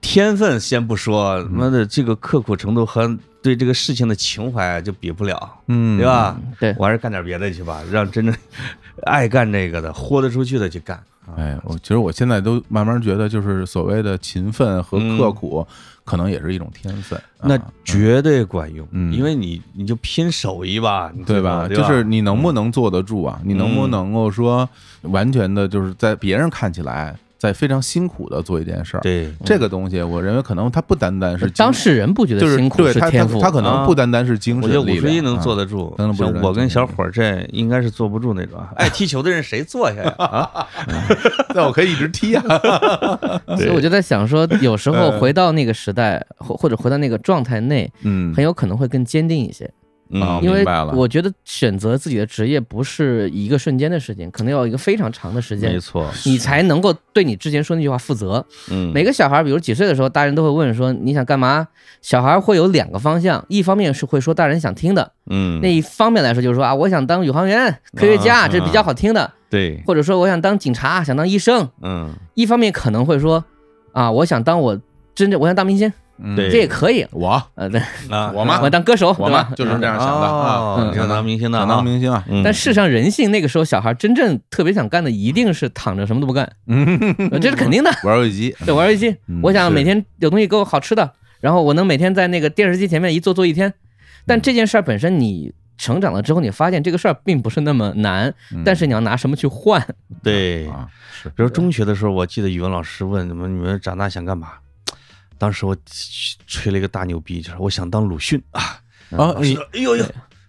天分先不说，妈的这个刻苦程度和对这个事情的情怀啊就比不了，嗯对？吧？对，我还是干点别的去吧，让真正 爱干这个的、豁得出去的去干。哎，我其实我现在都慢慢觉得，就是所谓的勤奋和刻苦，可能也是一种天分，啊嗯那绝对管用，嗯因为你你就拼手艺吧，你对知道吧？吧？嗯就是你能不能坐得住啊？你能不能够说完全的，就是在别人看起来，在非常辛苦的做一件事儿？对，嗯这个东西，我认为可能它不单单是当时事人不觉就得是辛苦对他天赋，他他可能啊不单单是精我神觉得力五量。十一能啊坐得住当然，不像是我跟小伙儿这应该是坐不住那种 啊。爱踢球的人谁坐下呀？啊，那我可以一直踢 啊。所以我就在想说，有时候回到那个时代，或或者回到那个状态内，嗯很有可能会更坚定一些。啊嗯因为明白了我觉得选择自己的职业不是一个瞬间的事情，可能要一个非常长的时没间，错，你才能够对你之前说那句话负责。嗯，每个小孩，比如几岁的时候，大人都会问说你想干嘛？小孩会有两个方向，一方面是会说大人想听的，嗯那，一方面来说就是说啊，我想当宇航员、科学家，啊这是比较好听嗯的，对，或者说我想当警察、想当医生。嗯，一方面可能会说啊，我想当我真正我想当明星，嗯 对这也可以。我呃，对，啊我妈我当歌手，我对嘛吧就是这样想的啊，哦嗯你想当明星的啊，想当明星啊，嗯，但事实上，人性那个时候，小孩真正特别想干的，一定是躺着什么都不干，嗯呃这是肯定的。玩游戏机，对，玩游戏嗯，我想是每天有东西给我好吃的，然后我能每天在那个电视机前面一坐坐一天。但这件事儿本身，你成长了之后，你发现这个事儿并不是那么难，但是你要拿什么去换？对，啊，是比如中学的时候，我记得语文老师问你们：“你们长大想干嘛？”当时我吹了一个大牛逼，就是我想当鲁迅啊！啊，老师你说，哎呦呦，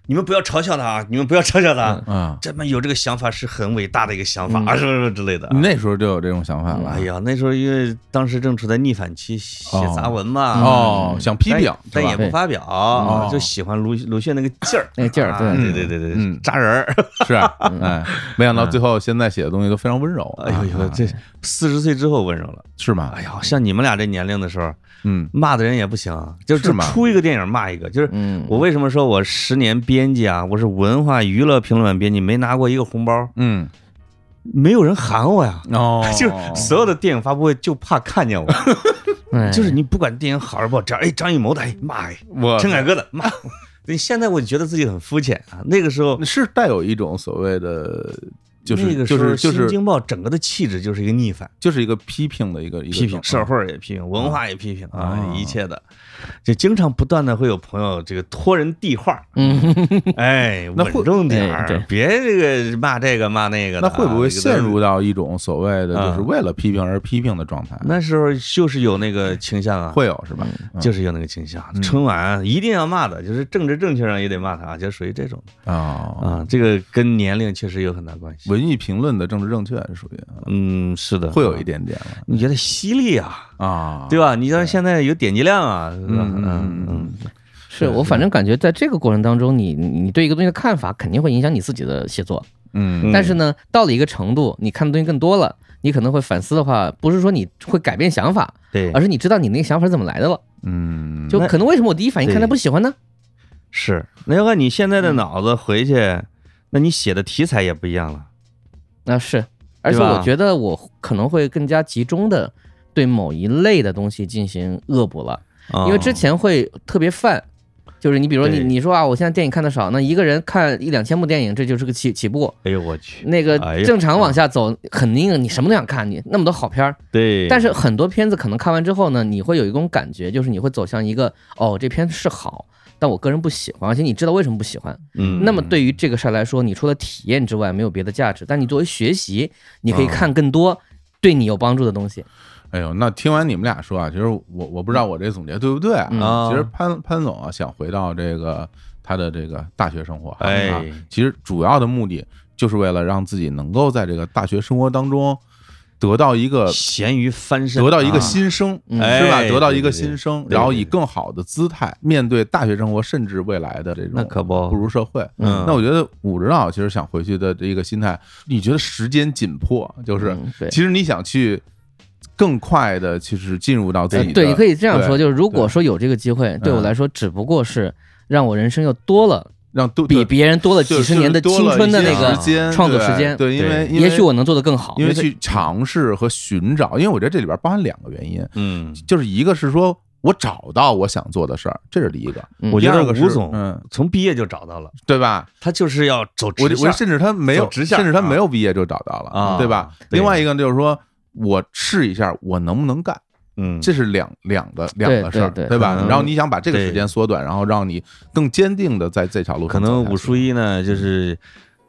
你们不要嘲笑他啊！你们不要嘲笑他啊，啊，这么有这个想法是很伟大的一个想法嗯啊，什么什么之类的啊。你那时候就有这种想法了哎。呀，那时候因为当时正处在逆反期，写哦杂文嘛，哦，想批但评，但也是吧哦不发表，啊就喜欢鲁鲁迅那个劲儿，那个劲儿啊对对对对对嗯，扎人儿。是啊， 哎，没想到最后现在写的东西都非常温柔。哎呦呦，啊这四十岁之后温柔了。是吗哎？呀，像你们俩这年龄的时候，嗯骂的人也不行，就是就吗出一个电影骂一个。就是嗯，我为什么说我十年编辑啊，我是文化娱乐评论版编辑，没拿过一个红包，嗯，没有人喊我呀。，哦 就是所有的电影发布会就怕看见我，哎就是你不管电影好还是不好，只要哎张艺谋的哎骂哎，我陈凯歌的骂。你现在我觉得自己很肤浅啊，那个时候是带有一种所谓的，就是那个就时候是就新是京报整个的气质就是一个逆反。就是一个批评嗯的一个一个批评状社会也批评，文化也批评啊啊，一切的，就经常不断的会有朋友这个托人递话，嗯，哎， 那稳会重点哎对儿，别这个骂这个骂那个的那啊。会不会这个陷入到一种所谓的就是嗯为了批评而批评的状态？那时候就是有那个倾向啊？会有是吧？嗯就是有那个倾向，春晚啊一定要骂的，就是政治正确上也得骂他，就属于这种的啊，啊。这个跟年龄确实有很大关系。文艺评论的政治正确是属于啊嗯，是的，嗯会有一点点了你觉得犀利啊，啊，对吧？你像现在有点击量啊，是吧嗯嗯嗯嗯嗯嗯，是我反正感觉在这个过程当中，你你你对一个东西的看法肯定会影响你自己的写作，嗯但是呢，到了一个程度，你看的东西更多了，你可能会反思的话，不是说你会改变想法，对而，是你知道你那个想法是怎么来的了。嗯，就可能为什么我第一反应看他对不喜欢呢？是。那要按你现在的脑子回嗯去，那你写的题材也不一样了。那是，而且对吧我觉得我可能会更加集中的对某一类的东西进行恶补了，啊因为之前会特别泛。就是你，比如说你，对你说啊，我现在电影看的少，那一个人看一两千部电影，这就是个起起步。哎呦我去，那个哎呀正常往下走，肯定你什么都想看，你那么多好片儿。对，但是很多片子可能看完之后呢，你会有一种感觉，就是你会走向一个哦，这片是好，但我个人不喜欢，而且你知道为什么不喜欢。嗯，那么对于这个事儿来说，你除了体验之外没有别的价值。但你作为学习，你可以看更多对你有帮助的东西。哎呦，那听完你们俩说啊，其实我我不知道我这总结对不对啊。嗯啊，其实潘潘总啊，想回到这个他的这个大学生活，啊哎，其实主要的目的就是为了让自己能够在这个大学生活当中得到一个咸鱼翻身，得到一个啊新生，嗯是吧？哎得到一个对对对新生，对然后对以更好的姿态面对大学生活，甚至未来的这种那可不步入社会。嗯那我觉得武指导其实想回去的这一个心态，你觉得时间紧迫，就是嗯对其实你想去更快的，其实进入到自己呃的对，你可以这样说，对就是如果说有这个机会，对我嗯来说只不过是让我人生又多了让多比别人多了就几十是年的多青了春的一些那个时间创作对时间对，因为因为也许我能做得更好，因为去尝试和寻找，因为我觉得这里边包含两个原因，嗯，就是一个是说我找到我想做的事儿，这是第一个，嗯我觉第二得个是吴总嗯，从毕业就找到了，对吧？他就是要走直我就我线就甚至他没有走，直线甚至他啊没有毕业就找到了，啊对吧？对另外一个就是说我试一下我能不能干，嗯，这是两两个两个事儿，对对吧可？能然后你想把这个对时间缩短，然后让你更坚定的在这条路上可走下去。能武术一呢，就是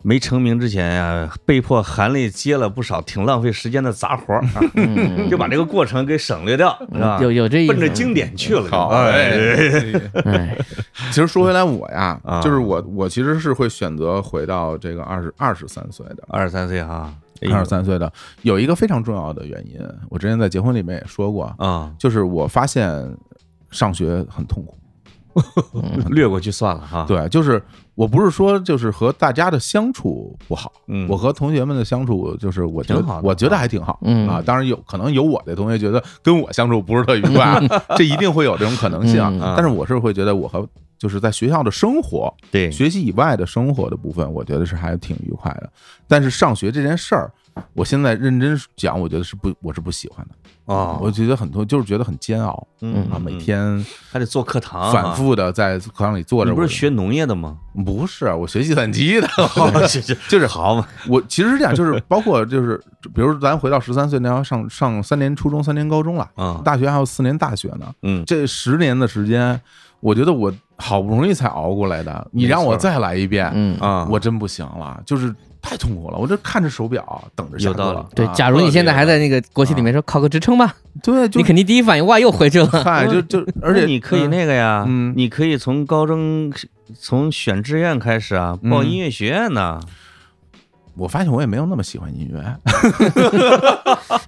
没成名之前呀、被迫含泪接了不少挺浪费时间的杂 活儿、啊嗯就把这个过程给省略掉，嗯是啊吧？有有这一奔着经典去了就。好，哎，哎， 哎，其实说回来我呀啊，就是我我其实是会选择回到这个二十二十三岁的。二十三岁哈，二十三岁的有一个非常重要的原因，我之前在结婚里面也说过，啊，就是我发现上学很痛苦。略过去算了哈。，对，就是我不是说就是和大家的相处不好，嗯，我和同学们的相处就是我觉挺得好的我觉得还挺好，嗯啊，当然有可能有我的同学觉得跟我相处不是特愉快，啊 这一定会有这种可能性啊嗯。但是我是会觉得我和就是在学校的生活、对，学习以外的生活的部分，我觉得是还挺愉快的。但是上学这件事儿，我现在认真讲，我觉得是不我是不喜欢的啊，我觉得很多就是觉得很煎熬嗯啊，每天还得做课堂啊，反复的在课堂里坐着，你不我是学农业的吗？不是，啊我学计算机的。 就是好嘛，我其实是这样，就是包括就是，比如咱回到十三岁，那要上上三年初中、三年高中了， 啊，大学还有四年大学呢。嗯，这十年的时间，我觉得我好不容易才熬过来的。你让我再来一遍， 嗯，啊，我真不行了，就是太痛苦了。我这看着手表，等着下有道课理了。对啊，假如你现在还在那个国企里面说考个职称吧，对，就你肯定第一反应哇又回去了，嗨，就 就而且那你可以嗯那个呀，嗯你可以从高中从选志愿开始啊，报嗯音乐学院呢。我发现我也没有那么喜欢音 乐， 就是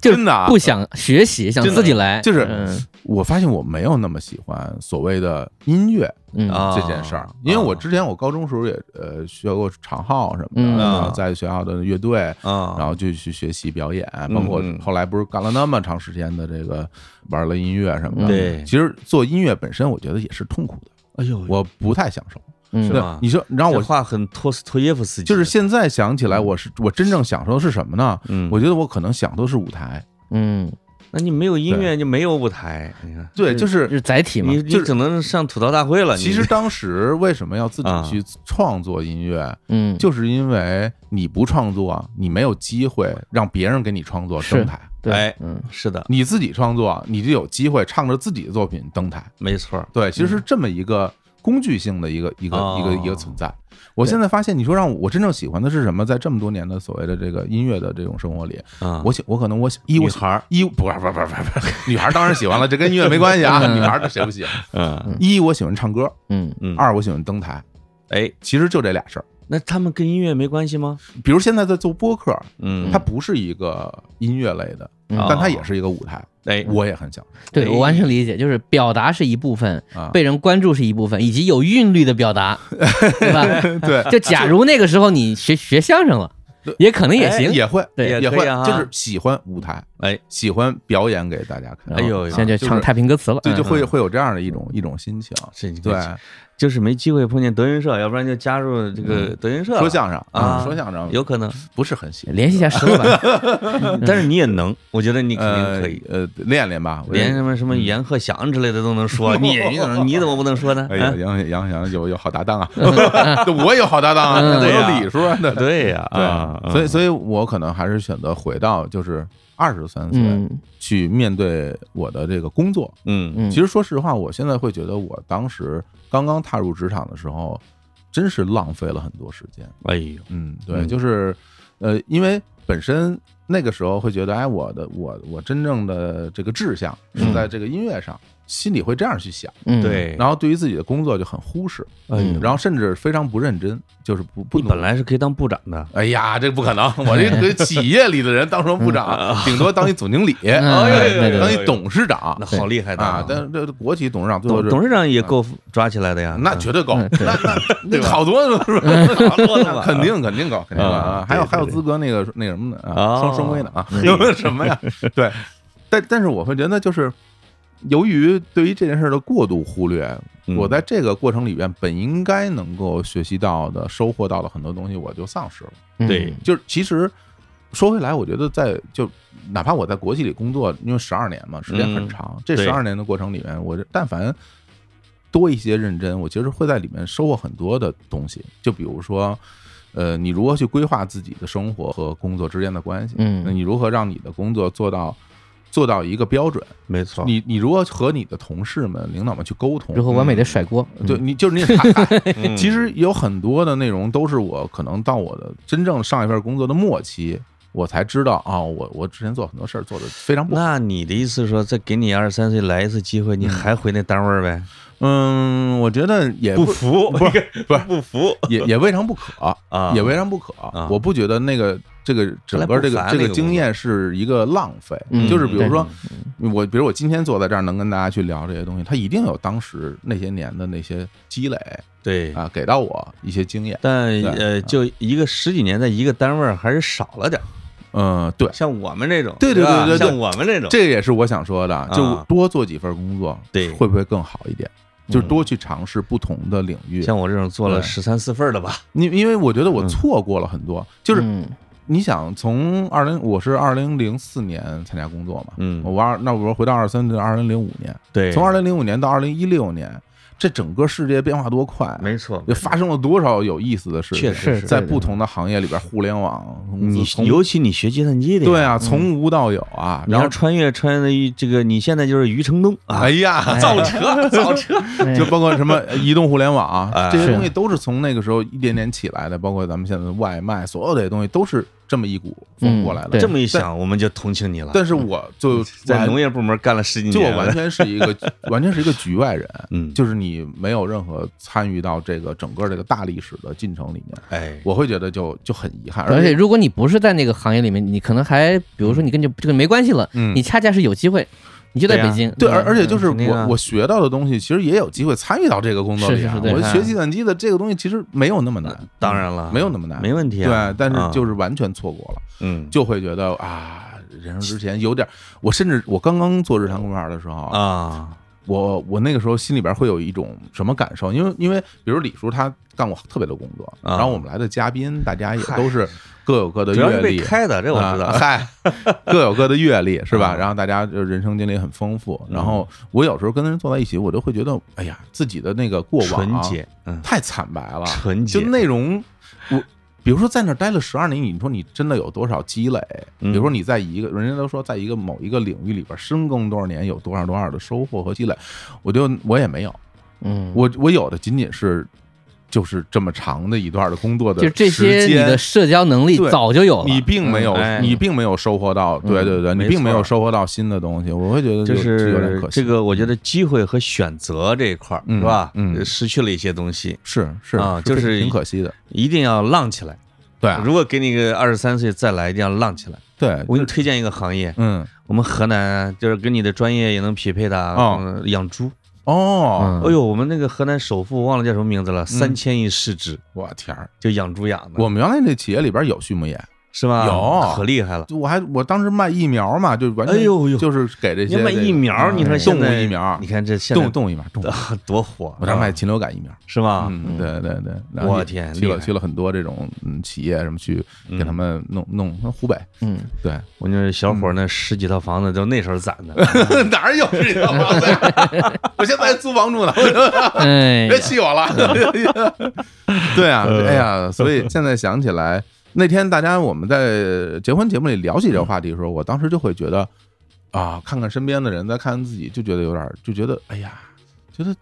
真的 啊不想学习，想自己来，就是嗯我发现我没有那么喜欢所谓的音乐。嗯啊这件事儿，因为我啊之前我高中时候也呃学过长号什么嗯的，然后啊在学校的乐队，啊，然后就去学习表演，包括嗯嗯后来不是干了那么长时间的这个玩了音乐什么的。嗯对其实做音乐本身，我觉得也是痛苦的，哎呦，我不太享受。嗯是对吗你说你让这我话很托斯托耶夫斯基，就是现在想起来，我是我真正享受的是什么呢？嗯，我觉得我可能想的是舞台，嗯，那你没有音乐就没有舞台，你看，对，就。就是是载体嘛你，你只能上吐槽大会了。你其实当时为什么要自己啊去创作音乐？嗯，就是因为你不创作，你没有机会让别人给你创作是登台。哎对，嗯是的，你自己创作，你就有机会唱着自己的作品登台。没错儿，对，其实是这么一个工具性的一个一个嗯哦一个一个存在。我现在发现，你说让我我真正喜欢的是什么？在这么多年的所谓的这个音乐的这种生活里，啊，我喜我可能我喜一我女喜孩儿，一不是不是不是不是不是女孩当然喜欢了，这跟音乐没关系 啊，女孩儿谁不喜欢？嗯一我喜欢唱歌，嗯嗯，二我喜欢登台，哎，其实就这俩事儿。那他们跟音乐没关系吗？比如现在在做播客，嗯，它不是一个音乐类的，嗯但它也是一个舞台，哎，我也很 想对哎我完全理解，就是表达是一部分，啊。被人关注是一部分，以 及有韵律的表达，对吧？对，哎就假如那个时候你学学相声了，对哎也可能也行。也会，对也也会可以啊，就是喜欢舞台，哎，喜欢表演给大家看。啊哎呦现就在就是唱太平歌词了。对，就嗯会会有这样的一种一种心情。嗯是啊你对，就是没机会碰见德云社，要不然就加入这个德云社了嗯说相声嗯啊说相声有可能，不是很喜欢，联系一下石 老板，但是你也能，我觉得你肯定呃可以，呃，练练吧，我连什么什嗯么阎鹤祥之类的都能 说，你你怎么你怎么不能说呢？哎啊呀，杨杨洋有有好搭 档啊， 我也有好搭档啊，嗯我对呀有李叔啊，对 对呀，啊对，所以所以我可能还是选择回到就是二十三岁嗯去面对我的这个工作。嗯嗯，其实说实话，我现在会觉得我当时刚刚踏入职场的时候，真是浪费了很多时间。哎呦，嗯，对，嗯就是呃，因为本身那个时候会觉得，哎，我的我我真正的这个志向是在这个音乐上，心里会这样去想，嗯，对，然后嗯对于自己的工作就很忽视，哎呦，然后甚至非常不认真，就是不不你努本来是可以当部长的，哎呀，这不可能！ 我这个企业里的人当什么部长，顶多当一总 经理，哎嗯对对对当一董事长那好厉害的啊。但是这国企董事长最后董是啊董事长也够抓起来的呀，啊那绝对够，嗯那对那 那好多了是嗯吧？好多了吧， 肯定肯定够，肯定够啊！啊还有对对还有资格那个那个什么的啊，哦双双规的啊， 有什么呀？对，但但是我会觉得就是。由于对于这件事的过度忽略， 嗯我在这个过程里边本应该能够学习到的、收获到的很多东西，我就丧失了。嗯对就是其实说回来，我觉得在就哪怕我在国企里工作，因为十二年嘛，时间很嗯长。这对十二年的过程里面，我这但凡多一些认真，我其实会在里面收获很多的东西。就比如说，呃，你如何去规划自己的生活和工作之间的关系？嗯那你如何让你的工作做到做到一个标准？没错，你你如何和你的同事们、领导们去沟通？如何完美的甩锅？对嗯，你就是你， 哈哈嗯其实有很多的内容都是我可能到我的真正上一份工作的末期，我才知道啊、我我之前做很多事儿做的非常不好。那你的意思说，再给你二十三岁来一次机会，你还回那单位儿呗？嗯，我觉得也不服，不是不是 不服也也未尝不可啊也未尝不可。啊我不觉得那个这个整个这看来个不这啊烦那个个经验是一个浪费，嗯就是比如对说我比如我今天坐在这儿能跟大家去聊这些东西，它一定有当时那些年的那些积累对。啊，给到我一些经验。但对啊呃，就一个十几年在一个单位儿还是少了点儿，嗯，对，像我们这种，对对对吧对对对像我们这种，这也是我想说的，就啊多做几份工作，对嗯会不会更好一点？就是多去尝试不同的领域，像我嗯这种做了对十三四份儿的吧，因因为我觉得我错过了很多，就是嗯你想从二零，我是二零零四年参加工作嘛，嗯我二那我回到二三二零零五年，对，从二零零五年到二零一六年，这整个世界变化多快啊，没错，也发生了多少有意思的事情，确实是在对不同的行业里边，互联网公司你从尤其你学计算机的，对，啊，从无到有啊，然然后后穿越穿越的一这个，你现在就是余承东啊哎，呀，造车造车，哎就包括 什么呃移动互联网啊、哎这些是东西，都是从那个时候一点点起来的。包括咱们现在的外卖，所有这些东西都是这么一股风过来的。对嗯这么一想，我们就同情你了。但是我就在完农业部门干了十几就年我了，完全是一 个完全是一个局外人，嗯，就是你没有任何参与到这个整个这个大历史的进程里面，哎，我会觉得就就很遗憾，而且且如果你不是在那个行业里面，你可能还比如说你跟这这个没关系了，嗯你恰恰是有机会，你就在对啊北京，对，嗯而而且就是肯定我啊我学到的东西，其实也有机会参与到这个工作里啊是。是是我对学计算机的这个东西其实没有那么难，当然了，没有那么难，没问题啊。对，但啊是就是完全错过了。嗯，就会觉得啊，人生之前有点儿，我甚至我刚刚做日常公园的时候，啊，我我那个时候心里边会有一种什么感受？因为因为比如李叔他干过特别多工作，啊然后我们来的嘉宾大家也都是各有各的主要是阅被历。开的，这我知啊道。嗨， 各有各的阅历是吧？啊嗯然后大家就人生经历很丰富。然后我有时候跟人坐在一起，我都会觉得，哎呀，自己的那个过往纯啊洁，嗯，太惨白了，纯洁就内容，我比如说在那儿待了十二年，你说你真的有多少积累？比嗯如说你在一个人家都说在一个某一个领域里边深耕多少年，有多少多少的收获和积累，我就我也没有，嗯，我我有的仅仅是就是这么长的一段的工作的就这些时你间的社交能力对早就有了，你并没有，嗯哎嗯你并没有收获到，对对对，你没并没有错收获到新的东西，我会觉得就有点是可惜。这个，我觉得机会和选择这一块儿嗯是吧？呃嗯失去了一些东西，是是啊这就是挺可惜的，一定要浪起来。对啊如果给你个二十三岁再来，一定要浪起来。对，我给你推荐一个行业，嗯我们河南就是跟你的专业也能匹配的啊，哦嗯养猪。哦，哎呦，我们那个河南首富忘了叫嗯什么名字了，三千亿市值我天儿，就养猪养的。我们原来那企业里边有畜牧业，是吧？有可厉害了。我还我当时卖疫苗嘛，就完全哎呦呦就是给这你些卖这个疫苗，嗯你看动现物在疫苗你，看这现在动动物疫苗，动物疫苗 啊多火，我这儿卖禽流感疫苗。是吧？嗯，对对对，然后我也天，去厉了害去了很多这种嗯企业什么去给他们弄弄湖北，嗯， 对，我那小伙嗯儿那十几套房子都那时候攒的， 哪儿有这套 房子呀？我现在还租房住呢，哎别气我了。 对啊，呃哎呀，所以现在想起来，那天大家我们在结婚节目里聊起这个话题的时候，我当时就会觉得啊，看看身边的人，再看看自己，就觉得有点儿，就觉得哎呀，觉得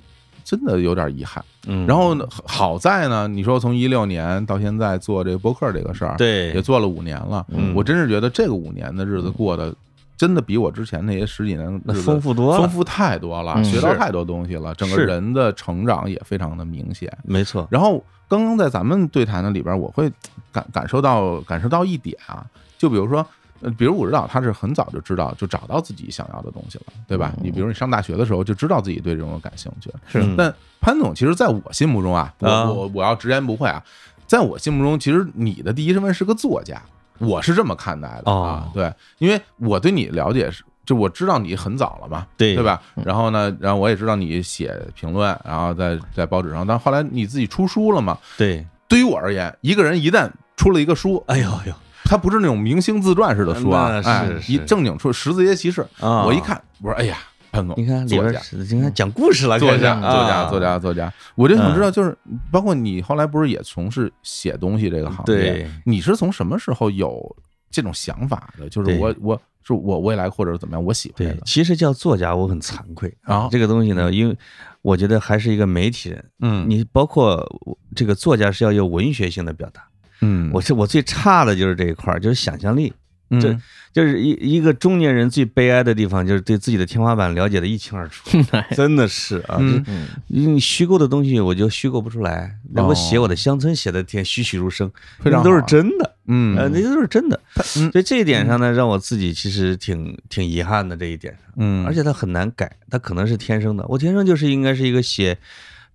真的有点遗憾。嗯，然后呢，好在呢，你说从一六年到现在做这个播客这个事啊儿，也对，做了五年了，嗯我真是觉得这个五年的日子过得真的比我之前那些十几年那日子丰富多丰了，富太多了，嗯学到是太多东西了，整个是人的成长也非常的明显。没错，然后刚刚在咱们对谈的里边，我会感感受到感受到一点啊，就比如说。呃，比如武指导，他是很早就知道，就找到自己想要的东西了，对吧？你比如你上大学的时候就知道自己对这种感兴趣，是嗯但潘总，其实在我心目中啊，我啊我我要直言不讳啊，在我心目中，其实你的第一身份是个作家，我是这么看待的啊哦。对，因为我对你了解是，就我知道你很早了嘛，对对吧？然后呢，然后我也知道你写评论，然后在在报纸上，但后来你自己出书了嘛。对，对于我而言，一个人一旦出了一个书，哎呦呦他不是那种明星自传式的书啊，嗯那哎是，是一正经出《十字街骑士》，啊！我一，看，我说哎呀，潘总，你看里作边家是，你看讲故事了，作开始家，作家，啊作家，作家。我就想知道，就是包括你后来不是也从事写东西这个行业对？你是从什么时候有这种想法的？就是对我，我是我未来或者是怎么样，我喜欢这对个，。其实叫作家，我很惭愧啊这个东西呢，因为我觉得还是一个媒体人，嗯你包括我这个作家是要有文学性的表达。嗯，我是我最差的就是这一块儿，就是想象力，嗯这就是一一个中年人最悲哀的地方，就是对自己的天花板了解的一清二 楚，真的是啊。嗯就是你虚构的东西，我就虚构不出来。那我写我的乡村，写的天栩栩如生，非常那都是好真的，嗯呃，那都是真的。嗯所以这一点上呢，让我自己其实挺挺遗憾的这一点上。嗯，而且他很难改，他可能是天生的。我天生就是应该是一个写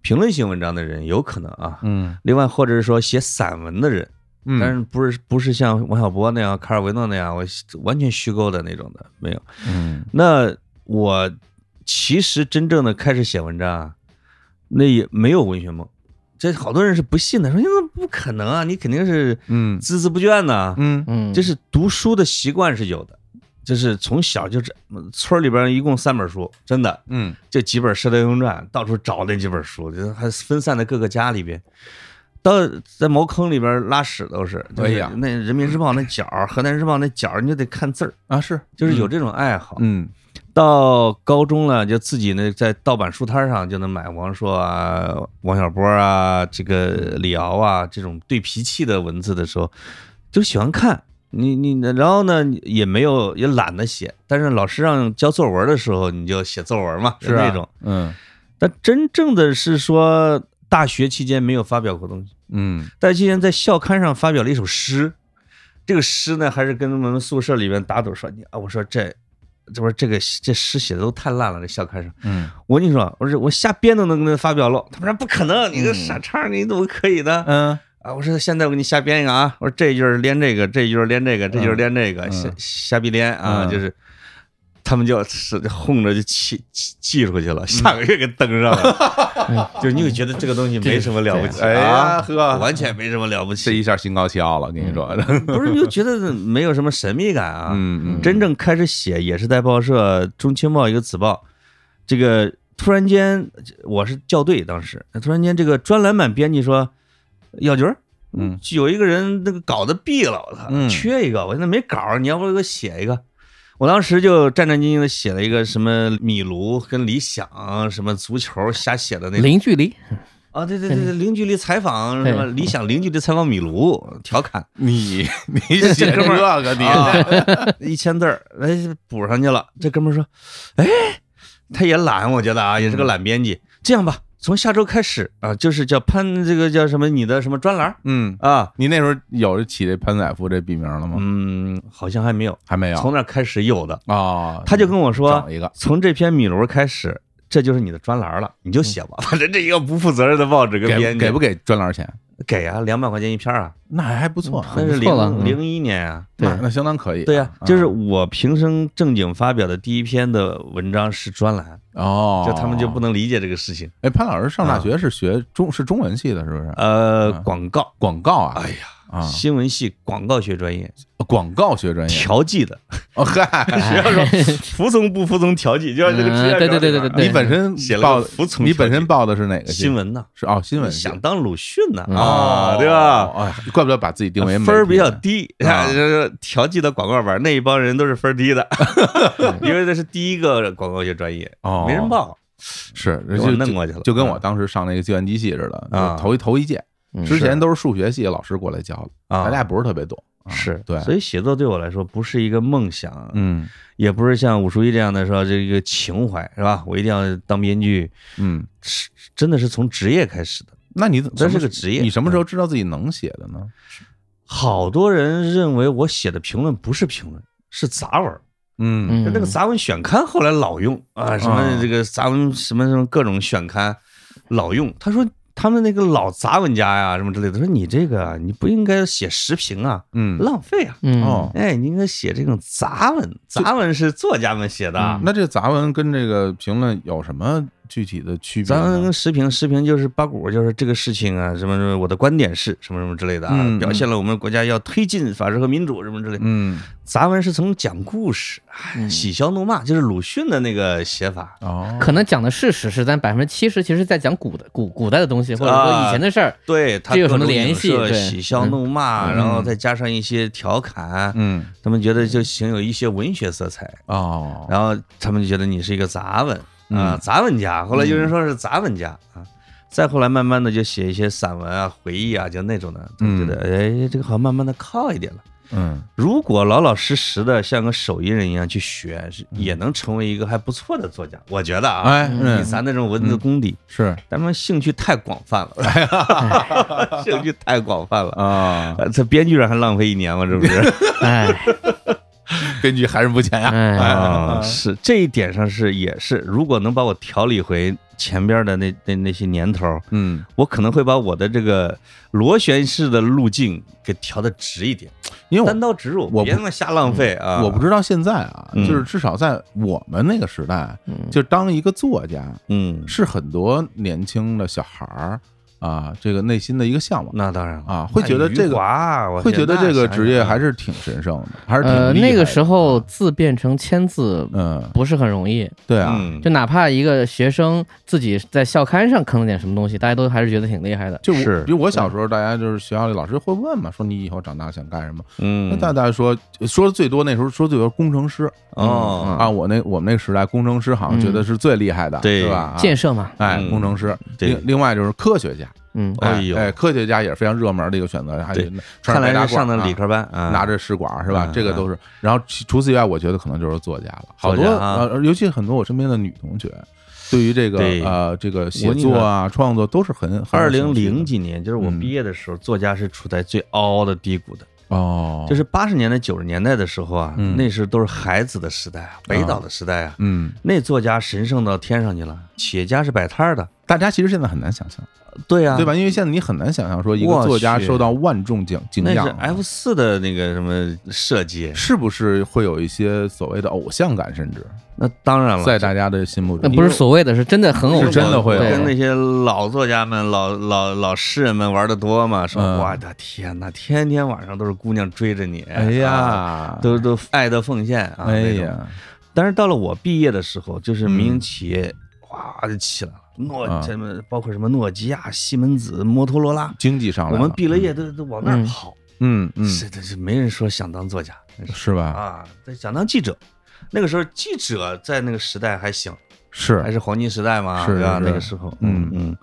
评论性文章的人，有可能啊。嗯另外，或者是说写散文的人，嗯，但是不是不是像王小波那样、卡尔维诺那样，我完全虚构的那种的没有。嗯那我其实真正的开始写文章，啊，那也没有文学梦。这好多人是不信的，说你怎么不可能啊？你肯定是嗯孜孜不倦呐、嗯嗯，就是读书的习惯是有的，就是从小就是嗯村儿里边一共三本书，真的嗯就几本《射雕英雄传》，到处找那几本书，就是还分散在各个家里边。到在茅坑里边拉屎都是，就是哎呀那《人民日报》那角儿，《河南日报》那角儿，你就得看字儿，啊是，就是有这种爱好。嗯到高中了，就自己呢在盗版书摊上就能买王朔啊、王小波啊、这个李敖啊这种对脾气的文字的时候，就喜欢看。你你然后呢也没有也懒得写，但是老师让交作文的时候你就写作文嘛，是啊那种。嗯但真正的是说大学期间没有发表过东西，嗯大学期间在校刊上发表了一首诗，这个诗呢还是跟我们宿舍里面打赌说你啊，我说这这不是这个这诗写的都太烂了，这校刊上。嗯我跟你说，我说我瞎编都能给他发表了。他们说不可能，你个傻叉，你怎么可以呢？嗯啊，我说现在我给你瞎编一个啊，我说这一句儿连这个，这一句儿连这个，这一句儿连这个，瞎瞎逼连啊，嗯就是他们就是哄着就寄寄寄出去了，嗯下个月给登 上了，哎就是你会觉得这个东西没什么了不起哎呀啊，呵完全没什么了不这起，一下心高气傲了，跟你说，不是你就觉得没有什么神秘感啊，嗯 嗯嗯真正开始写也是在报社《中青报》一个子报，这个突然间我是校对，当时突然间这个专栏版编辑说，耀军儿，嗯，有一个人那个稿子毙了，我操，嗯缺一个，我现在没稿儿，你要不给我写一个？我当时就战战兢兢的写了一个什么米卢跟理想什么足球瞎写的那种零距 离，啊，对对对对，零距离采访什么对理想零距离采访米卢调侃， 你 你写这 哥们个你啊，一千字儿，哎，补上去了。这哥们儿说，哎，他也懒，我觉得啊，也是个懒编辑。这样吧，从下周开始啊，就是叫潘这个叫什么你的什么专栏嗯，啊， 你那时候有起这潘载夫这笔名了吗？嗯，好像还没有，还没有从那儿开始有的。啊，他就跟我找说，一个，从这篇米卢开始，这就是你的专栏了，你就写吧。反正这一个不负责任的报纸跟给编辑给不给专栏钱？给啊，两百块钱一篇啊，那还不错啊，那是不错了零嗯零一年啊。对那那相当可以啊。对呀、啊就是我平生正经发表的第一篇的文章是专栏，哦，就他们就不能理解这个事情。哎，潘老师上大学是学中是中文系的，是不是？嗯呃啊，广告，广告啊，哎呀，啊，新闻系广告学专业，广告学专业。调剂的，哦嗨，学校哎啊说服从不服从调剂，就像这个职业表里嗯边儿。对对对对对你本身写了报个服从你调本身剂报的是哪个系新闻呢？是哦，新闻系想当鲁迅呢嗯啊，对哦吧？哎，怪不得把自己定为分儿比较低。低，嗯啊啊就是调剂的广告班，那一帮人都是分儿低 的，因为这是第一个广告学专业，哦，没人报，是给就我弄过去了就跟我当时上那个计算机系似的啊就头一头一届，嗯之前都是数学系老师过来教的，啊大家也不是特别懂，啊是对，所以写作对我来说不是一个梦想，嗯也不是像武淑一这样的说这个情怀是吧？我一定要当编剧，嗯，是真的是从职业开始的。那你怎这什么是个职业你什么时候知道自己能写的呢？好多人认为我写的评论不是评论，是杂文儿。嗯就那个杂文选刊后来老用啊，什么啊这个杂文什么什么各种选刊老用。他说他们那个老杂文家呀什么之类的，说你这个啊你不应该写时评啊，嗯浪费啊。嗯哦，哎，你应该写这种杂文，杂文是作家们写的啊。那这杂文跟这个评论有什么具体的区别杂文呢？跟时评，时评就是八股，就是这个事情啊，什么什么，我的观点是什么什么之类的啊，嗯嗯表现了我们国家要推进法治和民主什么之类的。嗯杂文是从讲故事，哎，嗯喜笑怒骂，就是鲁迅的那个写法，哦，可能讲的是史实，但百分之七十其实在讲古的古古代的东西，或者说以前的事儿。对他这有什各么种联影系射对喜笑怒骂，嗯然后再加上一些调侃，嗯他们觉得就行有一些文学色彩，哦，然后他们就觉得你是一个杂文啊嗯，杂文家。后来有人说是杂文家啊，再后来慢慢的就写一些散文啊、回忆啊，就那种的，他们觉得哎，这个好像慢慢的靠一点了。嗯如果老老实实的像个手艺人一样去学，是也能成为一个还不错的作家，我觉得啊，嗯哎嗯比咱那种文字功底，是咱们兴趣太广泛 了，兴趣太广泛了。啊，呃在编剧上还浪费一年嘛，这不 是？哎编剧还是不浅呀，哎，啊，是这一点上是也是，如果能把我调理回前边的那那那些年头，嗯，我可能会把我的这个螺旋式的路径给调的直一点，因为单刀直入我，嗯别那么瞎浪费啊！我我不知道现在啊，嗯就是至少在我们那个时代，嗯就当一个作家嗯，是很多年轻的小孩儿啊，这个内心的一个向往那当然了，啊，会觉得这余个华啊我会觉得这个那职业想想还是挺神圣的，还是挺呃，厉害那的啊个时候字变成千字嗯，不是很容易，对啊，嗯就哪怕一个学生自己在校刊上坑了点什么东西，大家都还是觉得挺厉害的。就我是比如我小时候，大家就是学校里老师会问嘛，说你以后长大想干什么？那嗯大大家说说的最多那时候说最多工程师哦，啊，我那我们那个时代工程师好像觉得是最厉害的，嗯对是吧？啊建设嘛，哎，嗯工程师，对另另外就是科学家，嗯，哎哎呦哎，科学家也是非常热门的一个选择，还对穿看着白来大是上褂的啊理科班啊，拿着试管是吧嗯？这个都是。然后其除此以外，我觉得可能就是作家了。好多作家啊呃，尤其很多我身边的女同学，对于这个对呃这个写作啊、创作都是很很二有兴零趣的零几年，就是我嗯毕业的时候，作家是处在最凹的低谷的，哦，就是八十年代、九十年代的时候啊，嗯那时候都是海子的时代啊，北岛的时代啊，嗯，那作家神圣到天上去了，企业家是摆摊儿的，大家其实现在很难想象，对啊呀、对吧？因为现在你很难想象说一个我作家去受到万众敬敬那是仰。 F 四的那个什么设计，是不是会有一些所谓的偶像感，甚至那当然了，在大家的心目那中？不是所谓的，是真的很偶是真的会有对跟那些老作家们、老老老诗人们玩的多嘛？说嗯我的天哪，天天晚上都是姑娘追着你，哎啊呀，都都爱的奉献啊，哎那种呀，但是到了我毕业的时候，就是民营企业哗就起来了，嗯啊诺什么包括什么诺基亚、西门子、摩托罗拉，经济上来我们了毕了业都都往那儿跑，嗯嗯，是的是没人说想当作家是吧？啊，对想当记者。那个时候记者在那个时代还行，是还是黄金时代嘛，是对吧？是那个时候，嗯嗯，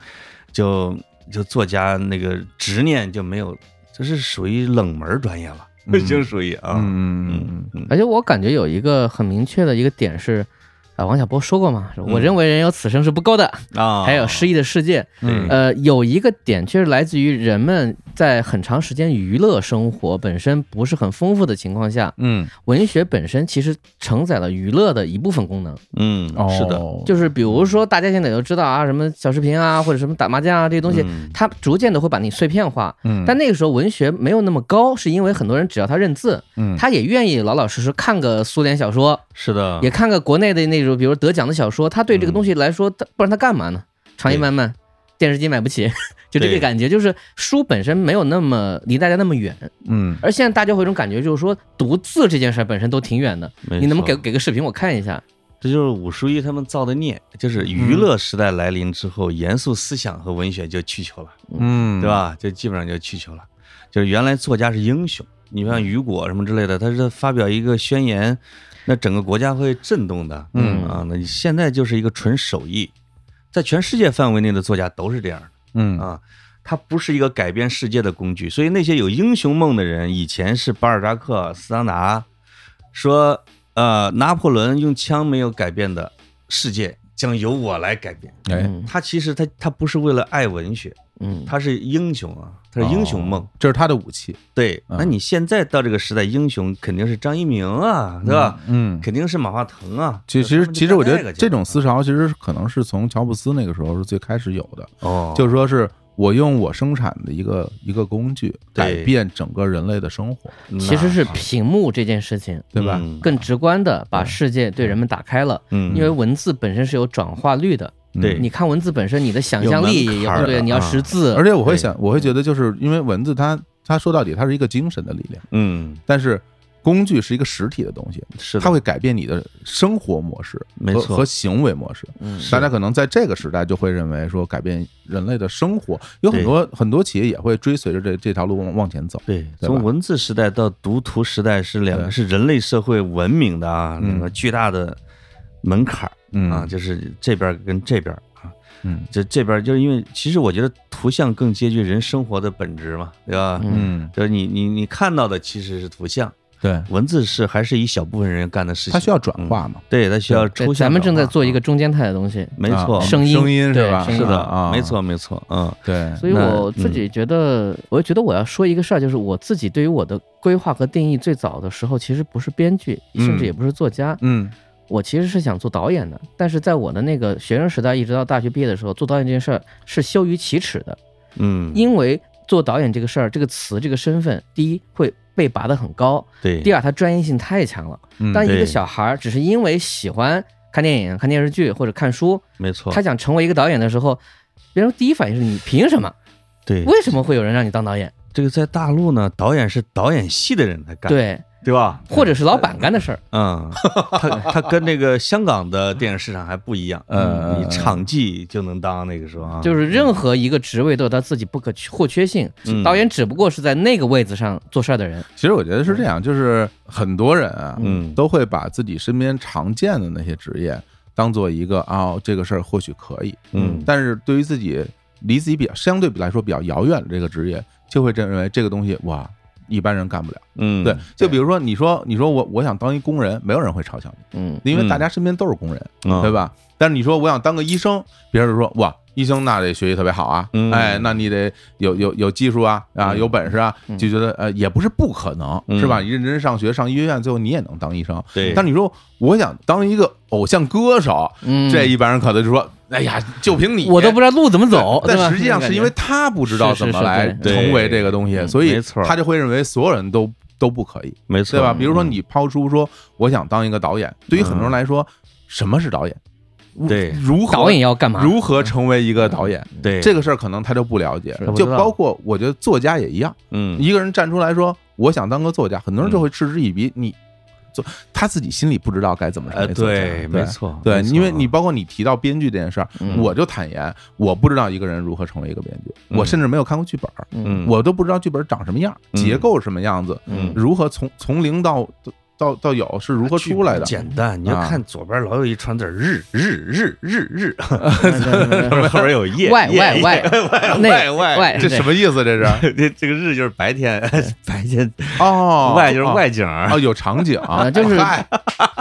就就作家那个执念就没有，就是属于冷门专业了，嗯 已经属于啊，嗯嗯嗯嗯嗯而且我感觉有一个很明确的一个点是，啊，王小波说过嘛，说我嗯认为人有此生是不够的，啊，还有失意的世界。嗯呃，有一个点确实来自于人们在很长时间娱乐生活本身不是很丰富的情况下，嗯文学本身其实承载了娱乐的一部分功能。嗯，是的，哦就是比如嗯说大家现在都知道啊，什么小视频啊，或者什么打麻将啊这些东西，嗯它逐渐的会把你碎片化。嗯但那个时候文学没有那么高，是因为很多人只要他认字，嗯他也愿意老老实实看个苏联小说，是的，也看个国内的那种，比如得奖的小说，他对这个嗯东西来说，他不然他干嘛呢？长夜漫漫，电视机买不起， 就这个对感觉，就是书本身没有那么离大家那么远，嗯而现在大家会有一种感觉，就是说读字这件事儿本身都挺远的，没你能不能错给给个视频我看一下？这就是武叔一他们造的孽，嗯就是娱乐时代来临之后，严肃思想和文学就去求了，嗯，对？吧？就基本上就去求了。就是原来作家是英雄，你嗯像雨果什么之类的，他是发表一个宣言，那整个国家会震动的。嗯啊，那你现在就是一个纯手艺，在全世界范围内的作家都是这样的。嗯啊，它不是一个改变世界的工具。所以那些有英雄梦的人，以前是巴尔扎克、斯当达，说呃，拿破仑用枪没有改变的世界，将由我来改变。哎，嗯他其实他他不是为了爱文学，嗯，他是英雄啊，他是英雄梦。哦这是他的武器，对，那嗯你现在到这个时代，英雄肯定是张一鸣啊，对吧？嗯。肯定是马化腾啊。其他们实，就其实我觉干得个去这种思潮其实可能是从乔布斯那个时候是最开始有的，哦，就是说是我用我生产的一个一个工具对改变整个人类的生活，其实是屏幕这件事情对吧？嗯更直观的把世界对人们打开了，嗯，因为文字本身是有转化率的。嗯对你看文字本身，你的想象力有也门槛儿有的对，你要啊识字，而且我会对嗯想，我会觉得就是因为文字它，它说到底它是一个精神的力量，嗯但是工具是一个实体的东西，是的，它会改变你的生活模式没和错和行为模式。嗯大家可能在这个时代就会认为说改变人类的生活，有很多很多企业也会追随着这这条路往往前走。对，对从吧文字时代到读图时代是两对个是人类社会文明的啊，嗯两个巨大的门槛儿嗯啊，就是这边儿跟这边儿啊，嗯这这边儿就是因为其实我觉得图像更接近人生活的本质嘛，对吧？嗯，就是你你你看到的其实是图像，对，文字是还是一小部分人干的事情，它需要转化嘛？嗯，对，它需要对抽象。啊咱们正在做一个，中间态的东西，没啊错，声音声音是对吧？声是音的啊，没，错没错，嗯对，所以那嗯我自己觉得，我觉得我要说一个事儿，就是我自己对于我的规划和定义，最早的时候其实不是编剧，嗯甚至也不是作家，嗯我其实是想做导演的。但是在我的那个学生时代，一直到大学毕业的时候，做导演这件事儿是羞于启齿的，嗯，因为做导演这个事儿，这个词、这个身份，第一会被拔得很高，对，第二它专业性太强了。嗯，当一个对小孩儿只是因为喜欢看电影、看电视剧或者看书，没错，他想成为一个导演的时候，别人第一反应是你凭什么？对为什么会有人让你当导演？这个在大陆呢，导演是导演系的人来干，对，对吧？或者是老板干的事儿。嗯，他他跟那个香港的电影市场还不一样，嗯你场记就能当那个时候啊，就是任何一个职位都有他自己不可或缺性，嗯导演只不过是在那个位子上做事儿的人。其实我觉得是这样，就是很多人啊，嗯都会把自己身边常见的那些职业当做一个啊、这个事儿或许可以，嗯但是对于自己离自己比较相对比来说比较遥远的这个职业，就会认为这个东西哇，一般人干不了。嗯，对，就比如说你说你说我我想当一工人，没有人会嘲笑嗯，你，因为嗯大家身边都是工人，啊嗯对？吧？但是你说我想当个医生，别人就说哇。医生那得学习特别好啊，嗯哎，那你得有有有技术啊啊，嗯有本事啊，嗯就觉得呃也不是不可能，嗯是吧？你认真上学上医院，最后你也能当医生。对，但你说我想当一个偶像歌手，嗯这一般人可能就说，哎呀，就凭你，我都不知道路怎么走。对对吧但实际上是因为他不知道是是怎是么来对成为这个东西，嗯所以没错他就会认为所有人都都不可以，没错，对吧？比如说嗯，你抛出说我想当一个导演，对于很多人来说，什么是导演？对嗯如何导演要干嘛？如何成为一个导演？对这个事儿可能他就不了解是，就不知道包括我觉得作家也一样，嗯一个人站出来说我想当个作家，很多人就会嗤之以鼻，你做他自己心里不知道该怎么成呃为作家，对，没错，对，没错嗯因为你包括你提到编剧这件事儿，嗯我就坦言，我不知道一个人如何成为一个编剧，嗯我甚至没有看过剧本儿，嗯嗯我都不知道剧本长什么样，嗯结构什么样子，嗯如何从从零到到到有是如何剧出来的？简单，你要啊看左边老有一串字儿日日日日 日，嗯对后面后边有夜外夜外夜外外那外外，外这什么意思？这是 这这个日就是白天，白天 哦，外就是外景，哦，有场景啊就是嗨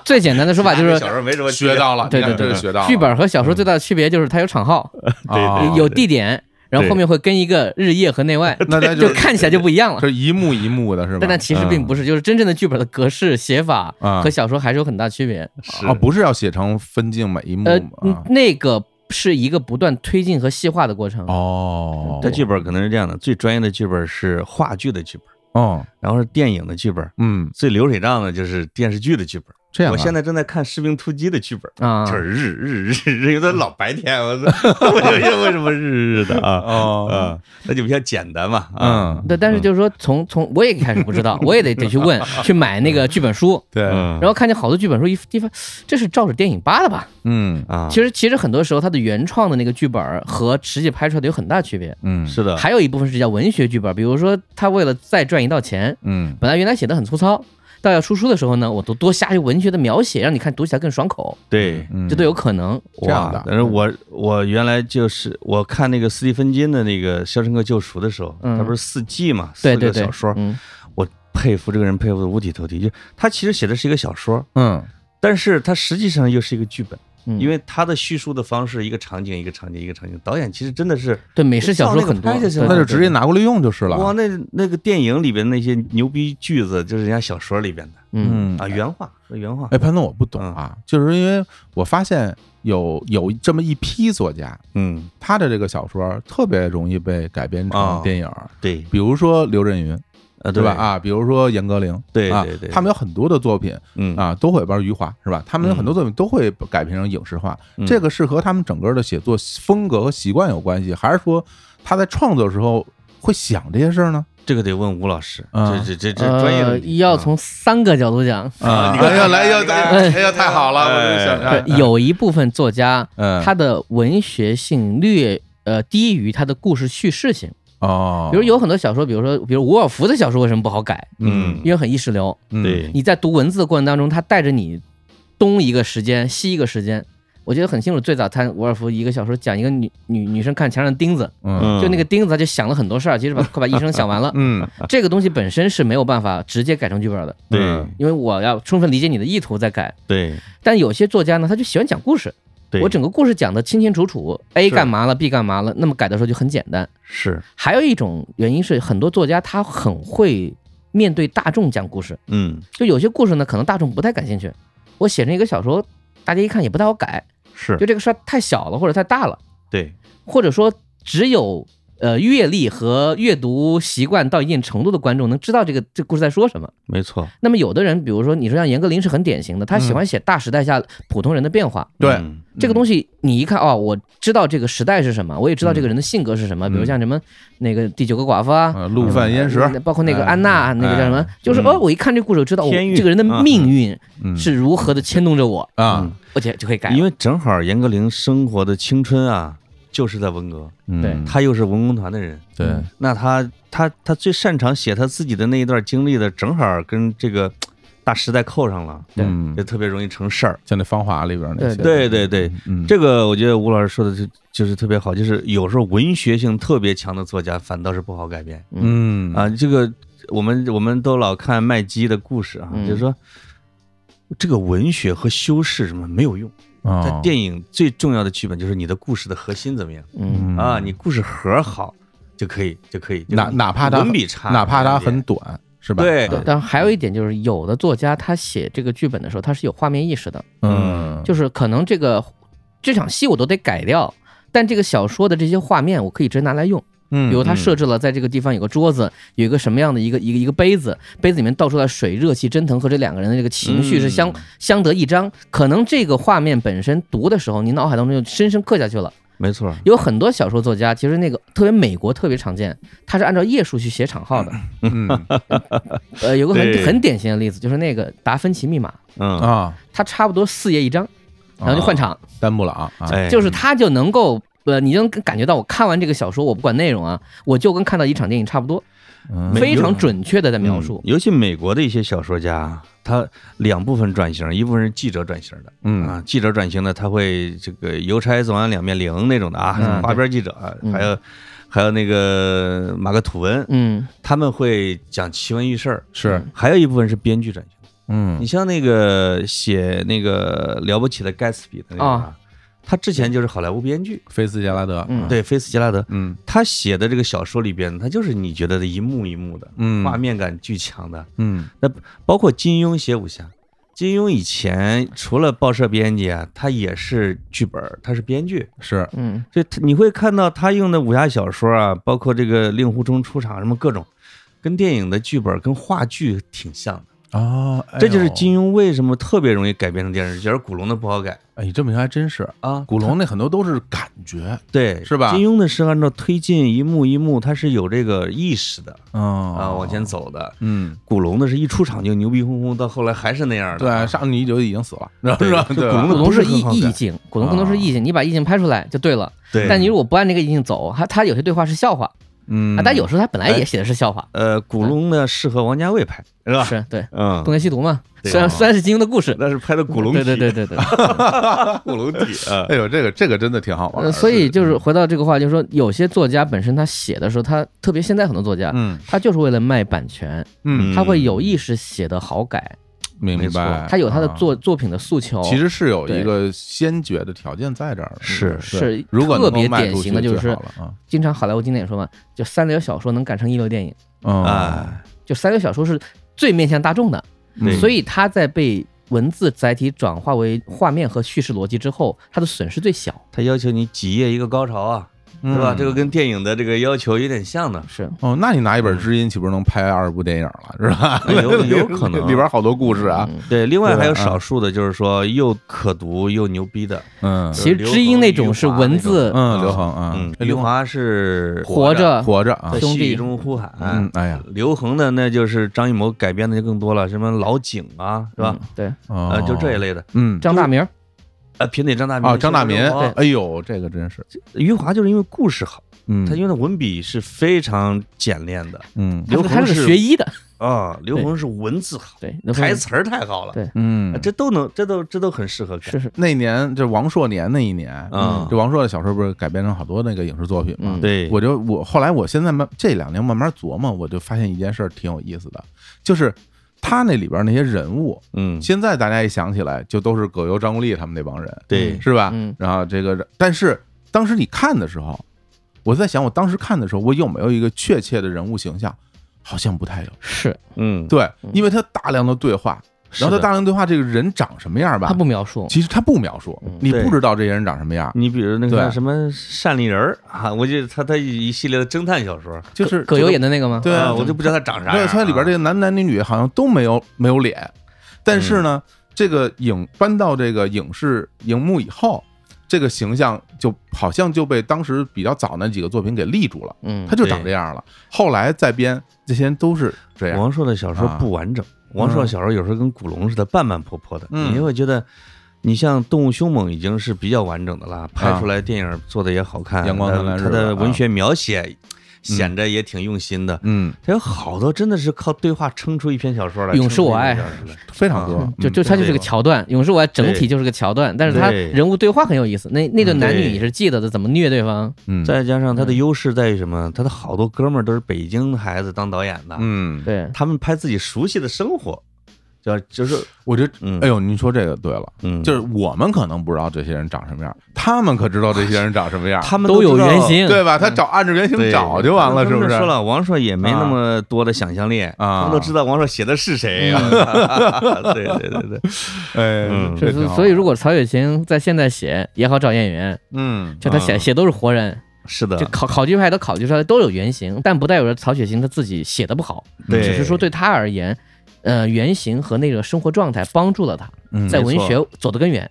最简单的说法就小是时候没什么学到到，了，对你看对对这是学到了剧本和小说最大的区别就是它有场号，对啊对有地点，然后后面会跟一个日夜和内外，那 那就就看起来就不一样了就。是一幕一幕的是吧嗯但？它其实并不是，就是真正的剧本的格式、写法啊和小说还是有很大区别。是哦，不是要写成分镜每一幕呃，啊那个是一个不断推进和细化的过程。哦，它剧本可能是这样的，最专业的剧本是话剧的剧本，哦，然后是电影的剧本，嗯，最流水账的就是电视剧的剧本。这样啊我现在正在看《士兵突击》的剧本。啊就是日日日日，有点老白天，我操， 我就为什么日日的 啊？哦，啊，那就比较简单嘛，啊，嗯，对，但是就是说从，从我也开始不知 道，我也得得去问，去买那个剧本书，对，嗯然后看见好多剧本书一地方，这是照着电影扒的吧？嗯啊，其实其实很多时候它的原创的那个剧本儿和实际拍出来的有很大区别。嗯是的，还有一部分是叫文学剧本，比如说他为了再赚一道钱，嗯本来原来写的很粗糙，到要出书的时候呢，我都多加些文学的描写，让你看读起来更爽口，对，嗯，这都有可能。这样的哇但是我我原来就是我看那个斯蒂芬金的那个《肖申克救赎》的时候，嗯他不是四季嘛，对四对个对，小说，嗯，我佩服这个人佩服的五体投地，就他其实写的是一个小说，嗯但是他实际上又是一个剧本，嗯因为他的叙述的方式，一个场景一个场景一个场景，导演其实真的是对美式小说很多，照那个拍就行了那对就对直接拿过来用就是哇，了。那那个电影里边那些牛逼句子，就是人家小说里边的嗯嗯啊，原话原话，哎，潘总，我不懂嗯啊，就是因为我发现有有这么一批作家，嗯，他的这个小说特别容易被改编啊成电影儿，对，比如说刘震云，啊对吧？，啊，比如说严歌苓，对啊对对，他们有很多的作品嗯，啊，都会，包括余华，是吧？他们有很多作品都会改编成影视化，嗯这个是和他们整个的写作风格和习惯有关系，还是说他在创作的时候会想这些事儿呢？这个得问吴老师，啊这这这这专业的呃问题要啊从三个角度讲，啊啊， 你看哎呀，来要你看哎呀，太好了，哎我就想哎哎对有一部分作家嗯，他的文学性略呃低于他的故事叙事性，哦，比如有很多小说，比如说比如伍尔夫的小说为什么不好改？嗯因为很意识流，嗯对你在读文字的过程当中，它带着你东一个时间，西一个时间。我记得很清楚，最早他伍尔夫一个小说讲一个女女女生看墙上钉子，嗯就那个钉子，他就想了很多事儿，其实把快把一生想完了。嗯这个东西本身是没有办法直接改成剧本的，对嗯因为我要充分理解你的意图再改。对但有些作家呢，他就喜欢讲故事，对，我整个故事讲的清清楚楚，A 是干嘛了，B 干嘛了，那么改的时候就很简单。是还有一种原因是，很多作家他很会面对大众讲故事，嗯就有些故事呢，可能大众不太感兴趣，我写成一个小说，大家一看也不太好改，是就这个事儿太小了或者太大了，对或者说只有呃阅历和阅读习惯到一定程度的观众能知道这个这故事在说什么。没错，那么有的人，比如说你说像严歌苓是很典型的，他喜欢写大时代下普通人的变化。对嗯这个东西你一看哦，我知道这个时代是什么，我也知道这个人的性格是嗯什么，比如像什么那个第九个寡妇啊，啊陆犯焉识，呃包括那个安娜，那个叫什么，就是嗯哦，我一看这故事，我知道我天运这个人的命运嗯是如何的牵动着我，啊，嗯而且就可以改了。因为正好严歌苓生活的青春啊，就是在文革，嗯对他又是文工团的人，对那他他他最擅长写他自己的那一段经历的，正好跟这个大时代扣上了，对嗯也特别容易成事儿。像那《芳华》里边那些，对对对，嗯，这个我觉得吴老师说的就就是特别好，就是有时候文学性特别强的作家反倒是不好改编嗯啊。这个我们我们都老看麦基的故事啊，嗯就是说这个文学和修饰什么没有用，啊在电影最重要的剧本就是你的故事的核心怎么样嗯，啊，你故事核好就可以就可以，就哪哪怕他文笔差，哪怕它没关很系短，是吧？对对啊，但还有一点就是，有的作家他写这个剧本的时候，他是有画面意识的，嗯，就是可能这个这场戏我都得改掉。但这个小说的这些画面，我可以直接拿来用，嗯比如他设置了在这个地方有个桌子，有一个什么样的一个一个一个杯子，杯子里面倒出来水、热气、蒸腾和这两个人的这个情绪是相、嗯相得益彰。可能这个画面本身读的时候，你脑海当中就深深刻下去了。没错儿，有很多小说作家，其实那个特别美国特别常见，他是按照页数去写 场号的。嗯呃，有个对很很典型的例子，就是那个《达芬奇密码》，嗯，啊，它差不多四页一张，然后就换场，丹布朗啊，哦哎，就是它就能够。呃，你就能感觉到，我看完这个小说，我不管内容啊，我就跟看到一场电影差不多。嗯非常准确的在描嗯述。尤其美国的一些小说家，他两部分转型，一部分是记者转型的嗯啊，记者转型的他会这个邮差总按两面铃那种的啊嗯，花边记者，嗯还有还有那个马克吐温，嗯他们会讲奇闻异事儿。是还有一部分是编剧转型，嗯你像那个写那个了不起的盖茨比的那个啊，他之前就是好莱坞编剧，菲斯杰拉德嗯啊对菲斯杰拉德，嗯他写的这个小说里边，他就是你觉得的一幕一幕的，嗯画面感巨强的，嗯包括金庸写武侠。金庸以前除了报社编辑啊，他也是剧本儿，他是编剧，是嗯所以他你会看到他用的武侠小说啊，包括这个令狐冲出场什么各种，跟电影的剧本儿跟话剧挺像的。啊，这就是金庸为什么特别容易改编成电视剧，而古龙的不好改哎，这么一说还真是啊。古龙那很多都是感觉，对，是吧金庸的是按照推进一幕一幕，他是有这个意识的嗯啊，往前，走的。嗯，古龙的是一出场就牛逼哄哄，到后来还是那样的啊。对，杀你就已经死了，是吧？对是吧就对古吧龙古的龙不是是意很好意改境，古龙更多啊是意境，你把意境拍出来就对了。对，但你如果不按这个意境走，它它有些对话是笑话嗯啊，，但有时候它本来哎也写的是笑话，呃，古龙呢适合王家卫拍，是吧？是对嗯《东，邪西毒》嘛，对虽然啊虽然是金庸的故事，那是拍的 古龙体，对对对 对对。古龙体啊。哎呦，这个这个真的挺好玩呃，的，所以就是回到这个话，就是说有些作家本身他写的时候，他特别现在很多作家，嗯他就是为了卖版权，嗯，他会有意识写的好改，明没错白，他有他的啊作作品的诉求。其实是有一对个先决的条件在这儿的，是对是如果特能够别卖典出型去的就最是好，了啊经常好莱坞经典说嘛，就三流小说能改成一流电影，嗯哎，就三流小说是最面向大众的，嗯对所以他在被文字载体转化为画面和叙事逻辑之后，他的损失最小。他要求你几页一个高潮啊，嗯是吧？这个跟电影的这个要求有点像的，是，哦，那你拿一本《知音》，岂不是能拍二部电影了，是吧？嗯 哎有有可能里边好多故事啊，嗯对，另外还有对吧啊少数的，就是说又可读又牛逼的，嗯其实呃刘知音恒那余种是华文那种字嗯，刘恒啊，嗯，哎余华是活着活着啊在，兄细弟雨中呼喊，嗯，哎呀，刘恒的那就是张艺谋改编的就更多了，什么老井啊，是吧？嗯？哦对，啊呃，就这一，类的，嗯，张大明，呃，贫嘴张大民啊，张大民，对，哎呦，这个真是，余华就是因为故事好，嗯，他用的文笔是非常简练的嗯他刘是他恒是是个学医的，啊，刘恒是文字好，对，刘台恒词儿太好了，啊对嗯，这都能，这都这都很适合改是是，那年这王朔年那一年，嗯这王朔的小说不是改编成好多那个影视作品吗啊嗯？对，我就我后来我现在慢这两年慢慢琢磨，我就发现一件事儿挺有意思的，就是他那里边那些人物，嗯，现在大家一想起来就都是葛优、张国立他们那帮人，对，是吧？嗯然后这个，但是当时你看的时候，我在想，我当时看的时候，我有没有一个确切的人物形象？好像不太有。是嗯，对嗯，因为他大量的对话，是然后的他大量对话，这个人长什么样吧？他不描述，其实他不描述嗯，你对不知道这些人长什么样，你比如那对个什么单立人儿啊，我记得他他一系列的侦探小说，就是葛这优个演的那个吗？对啊啊，我就不知道他长啥样啊。对，它里边这个男男女女好像都没有没有脸，但是呢，嗯这个影搬到这个影视荧幕以后，这个形象就好像就被当时比较早那几个作品给立住了，嗯他，就长这样了。后来再编这些人都是这样，王朔的小说啊不完整，王朔的小说有时候跟古龙似的半半坡坡的，嗯你会觉得。你像《动物凶猛》已经是比较完整的了，拍出来电影做的也好看，啊阳光灿烂它日子的啊文学描写显着也挺用心的。嗯，它有好多真的是靠对话撑出一篇小说来，勇士我爱撑出一篇小说来非常多，啊嗯就就他就是个桥段，《勇士我爱》整体对就是个桥段，但是他对嗯人物对话很有意思。那那对男女对你是记得的，怎么虐对方？嗯再加上它的优势在于什么？它的好多哥们儿都是北京的孩子当导演的，嗯，对，他们拍自己熟悉的生活，叫就是我觉得，嗯哎呦，您说这个对了。嗯，就是我们可能不知道这些人长什么样，他们可知道这些人长什么样，他们都有知道原型，对吧？他找按照原型对找就完了，他是们不是？啊说了，王朔也没那么多的想象力啊他们都知道王朔写的是谁嗯啊。 对对对对，哎，嗯这是挺是好所以如果曹雪芹在现在写也好找演员，嗯就他写嗯写都是活人，是就的，考考据派都考据出来都有原型，但不代表着曹雪芹他自己写的不好，对只是说对他而言。呃，原型和那个生活状态帮助了他嗯在没文错学走得更远。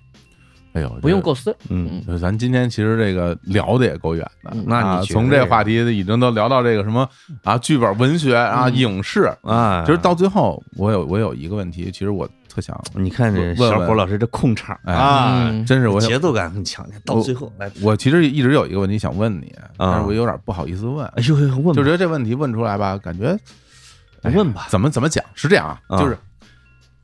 哎呦，不用构思。嗯，就咱今天其实这个聊的也够远的，嗯那你啊觉得从这话题已经都聊到这个什么啊，剧本文学啊，嗯影视，啊，其实到最后，我有我有一个问题，其实我特想，你看这问问小伙老师这控场哎啊，嗯真是我节想，奏感很强烈，到我最后来，我其实一直有一个问题想问你，但是我有点不好意思嗯问，哎呦呦，问就吧觉得这问题问出来吧，感觉哎呀问吧，怎么怎么讲是这样啊，啊就是。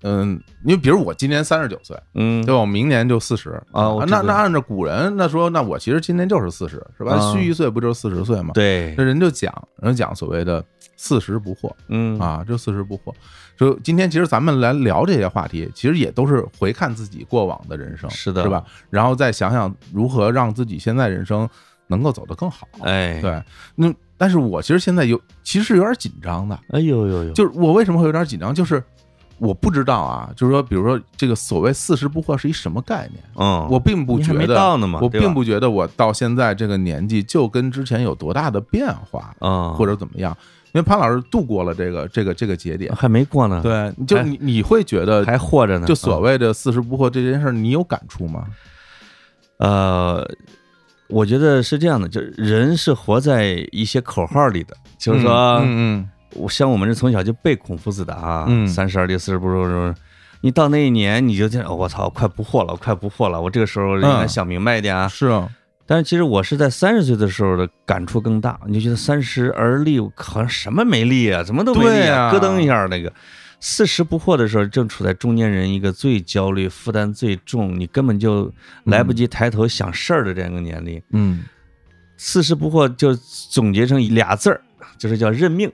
嗯，因为比如我今年三十九岁，嗯对吧？我明年就四十啊我知那道那按照古人那说，那我其实今年就是四十，是吧？啊虚一岁不就是四十岁吗？对这，人就讲，人就讲所谓的四十不惑嗯啊，就四十不惑。就今天其实咱们来聊这些话题，其实也都是回看自己过往的人生，是的是吧？然后再想想如何让自己现在人生能够走得更好。哎，对，那但是我其实现在有，其实是有点紧张的，哎呦呦呦，就是我为什么会有点紧张，就是我不知道啊，就是说，比如说这个所谓四十不惑是一什么概念？嗯，我并不你觉还没得到呢嘛我对吧并不觉得我到现在这个年纪就跟之前有多大的变化，啊，或者怎么样。因为潘老师度过了这个这个这个节点，还没过呢， 对，就还你你会觉得，啊哎还活着呢，就所嗯谓的四十不惑这件事儿，你有感触吗？呃，我觉得是这样的，就是人是活在一些口号里的，就是说，嗯我像我们是从小就背孔夫子的啊嗯，三十而立，四十不惑。你到那一年，你就这样，哦我操，我快不惑了，我快不惑了，我这个时候应该嗯想明白一点啊嗯，。是啊，但是其实我是在三十岁的时候的感触更大，你就觉得三十而立，我好像什么没立啊，什么都没对立啊咯噔一下那个。四十不惑的时候，正处在中年人一个最焦虑、负担最重，你根本就来不及抬头想事儿的这样一个年龄。嗯，四十不惑就总结成俩字儿，就是叫认命。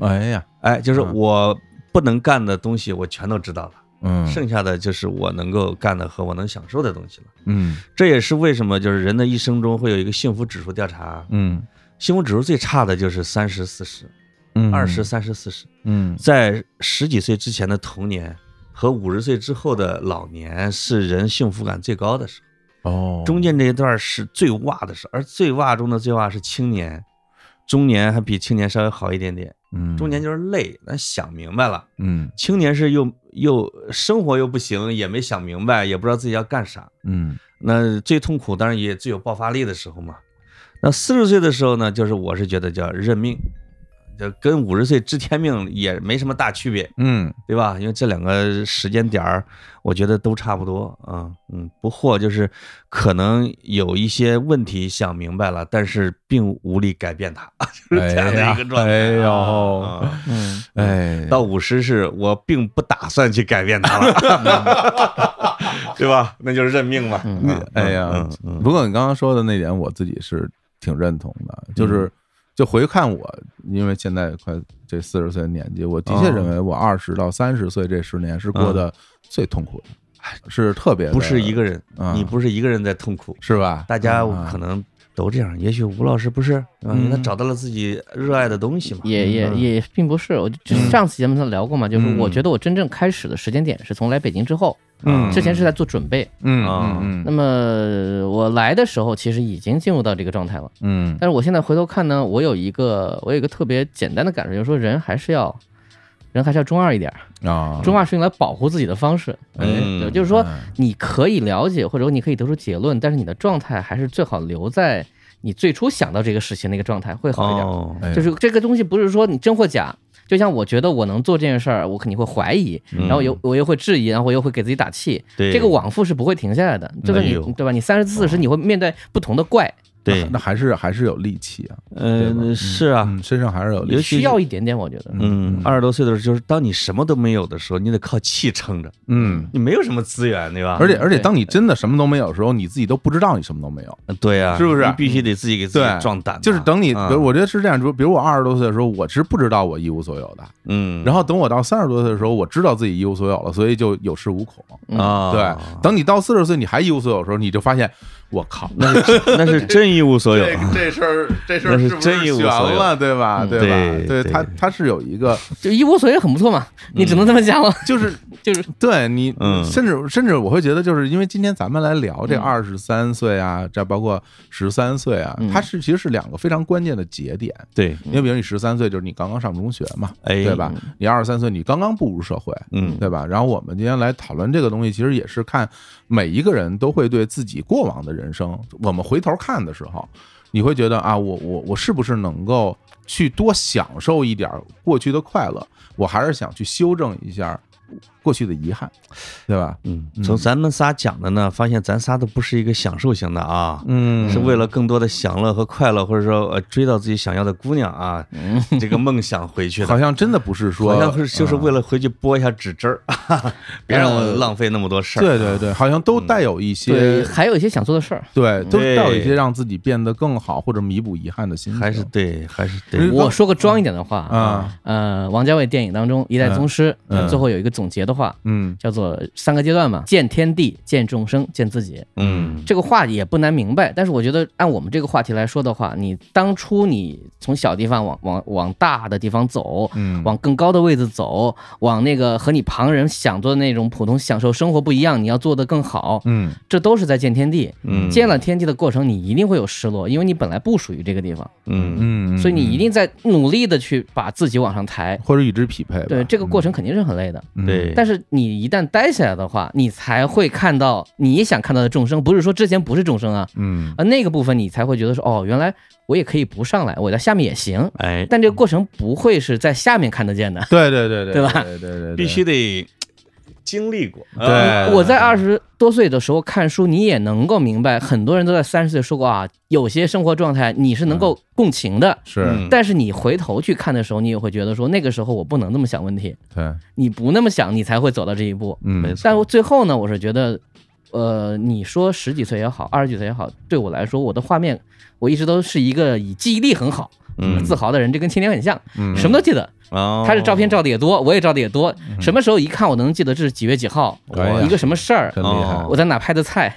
哎呀，哎，就是嗯我不能干的东西，我全都知道了，嗯，剩下的就是我能够干的和我能享受的东西了。嗯这也是为什么就是人的一生中会有一个幸福指数调查，嗯幸福指数最差的就是三十四十、嗯，二十，三十四十，嗯在十几岁之前的童年和五十岁之后的老年是人幸福感最高的时候，哦，中间这一段是最洼的时候，而最洼中的最洼是青年，中年还比青年稍微好一点点，嗯中年就是累，但想明白了。嗯青年是又又生活又不行，也没想明白，也不知道自己要干啥。嗯那最痛苦，当然也最有爆发力的时候嘛。那四十岁的时候呢，就是我是觉得叫认命，就跟五十岁知天命也没什么大区别，嗯对吧？因为这两个时间点儿，我觉得都差不多啊。嗯，不惑就是可能有一些问题想明白了，但是并无力改变它， 就是这样的一个状态啊。哎呦啊嗯，哎，到五十是我并不打算去改变它了， 嗯对吧？那就是认命吧。嗯你嗯哎呀嗯，嗯不过你刚刚说的那点，我自己是挺认同的，嗯就是就回看我，因为现在快这四十岁的年纪，我的确哦认为我二十到三十岁这十年是过得最痛苦的，是特别的不是一个人，嗯你不是一个人在痛苦，是吧？大家嗯可能都这样。也许吴老师不是，嗯因为他嗯找到了自己热爱的东西嘛。也也也并不是，我就就是上次节目上聊过嘛，就是我觉得我真正开始的时间点是从来北京之后，嗯之前是在做准备。嗯啊嗯那么我来的时候，其实已经进入到这个状态了。嗯但是我现在回头看呢，我有一个我有一个特别简单的感受，就是说人还是要。人还是要中二一点儿，嗯啊，中二是用来保护自己的方式。哎，嗯对，就是说你可以了解，或者说你可以得出结论，但是你的状态还是最好留在你最初想到这个事情那个状态会好一点。哦，哎就是这个东西不是说你真或假，就像我觉得我能做这件事儿，我肯定会怀疑，嗯然后又我又会质疑，然后我又会给自己打气。对这个往复是不会停下来的，就是哎你呦哦对吧？你三十四十，你会面对不同的怪，对，那还是还是有力气啊，对吧嗯，是啊，嗯嗯，身上还是有力尤气，其需要一点点，我觉得。嗯，二十多岁的时候，就是当你什么都没有的时候，你得靠气撑着，嗯。你没有什么资源，啊对吧？而且而且，对当你真的什么都没有的时候，你自己都不知道你什么都没有。对呀，是不是你必须得自己给自对己壮胆啊，就是等你，比嗯如我觉得是这样，比如比如我二十多岁的时候，我是不知道我一无所有的，嗯，然后等我到三十多岁的时候，我知道自己一无所有了，所以就有恃无恐。啊，对，等你到四十岁你还一无所有的时候，你就发现，我靠， 那是那是真真一无所有啊这。 这事儿这事儿那是是不真一无悬所有了，对吧？嗯对吧？对对他他是有一 个，就一无所有很不错嘛， 你嗯只能这么讲了，就是就是对你，嗯甚至甚至我会觉得，就是因为今天咱们来聊这嗯二十三岁啊，这包括十三岁啊，嗯它是其实是两个非常关键的节点。对，因为比如你十三岁，就是你刚刚上中学嘛，嗯哎对吧？你二十三岁，你刚刚步入社会，嗯对吧？然后我们今天来讨论这个东西，其实也是看每一个人都会对自己过往的人生，我们回头看的时候，你会觉得啊，我我我是不是能够去多享受一点过去的快乐？我还是想去修正一下过去的遗 憾，对吧？嗯嗯，从咱们仨讲的呢，发现咱仨都不是一个享受型的啊，嗯是为了更多的享乐和快乐，或者说呃追到自己想要的姑娘啊，这个梦想回去好的。像真的不是说，好像是就是为了回去拨一下纸汁儿， 别让我浪费那么多事儿。对对对，好像都带有一些对，还有一些想做的事儿。对，都对带有一些让自己变得更好或者弥补遗憾的心情，还是对，还是嗯对，我说个装一点的话啊，呃，王家卫电影当中《一代宗师》嗯嗯最后有一个总结的话，嗯叫做三个阶段嘛：见天地、见众生、见自己。嗯，这个话也不难明白，但是我觉得按我们这个话题来说的话，你当初你从小地方往往往大的地方走，嗯，往更高的位置走，往那个和你旁人想做的那种普通享受生活不一样，你要做得更好，嗯这都是在见天地。嗯见了天地的过程，你一定会有失落，因为你本来不属于这个地方，嗯嗯，所以你嗯一定在努力的去把自己往上抬。或者与之匹配吧。对，这个过程肯定是很累的，嗯，对，但是你一旦待下来的话，你才会看到你想看到的众生，不是说之前不是众生啊，嗯，啊，那个部分你才会觉得说，哦，原来我也可以不上来，我在下面也行。哎，但这个过程不会是在下面看得见的。对对对对，对吧对对对，必须得经历过。对啊嗯我在二十多岁的时候看书，你也能够明白，很多人都在三十岁说过啊，有些生活状态你是能够共情的，是，嗯但是你回头去看的时候，你也会觉得说，那个时候我不能那么想问题，对，你不那么想，你才会走到这一步。嗯，没错但我最后呢，我是觉得，呃，你说十几岁也好，二十几岁也好，对我来说，我的画面我一直都是一个以记忆力很好、嗯自豪的人，这跟青年很像，嗯什么都记得。哦他的照片照的也多，我也照的也多，嗯什么时候一看我都能记得这是几月几号，可以啊一个什么事儿，真厉害哦，我在哪拍的菜。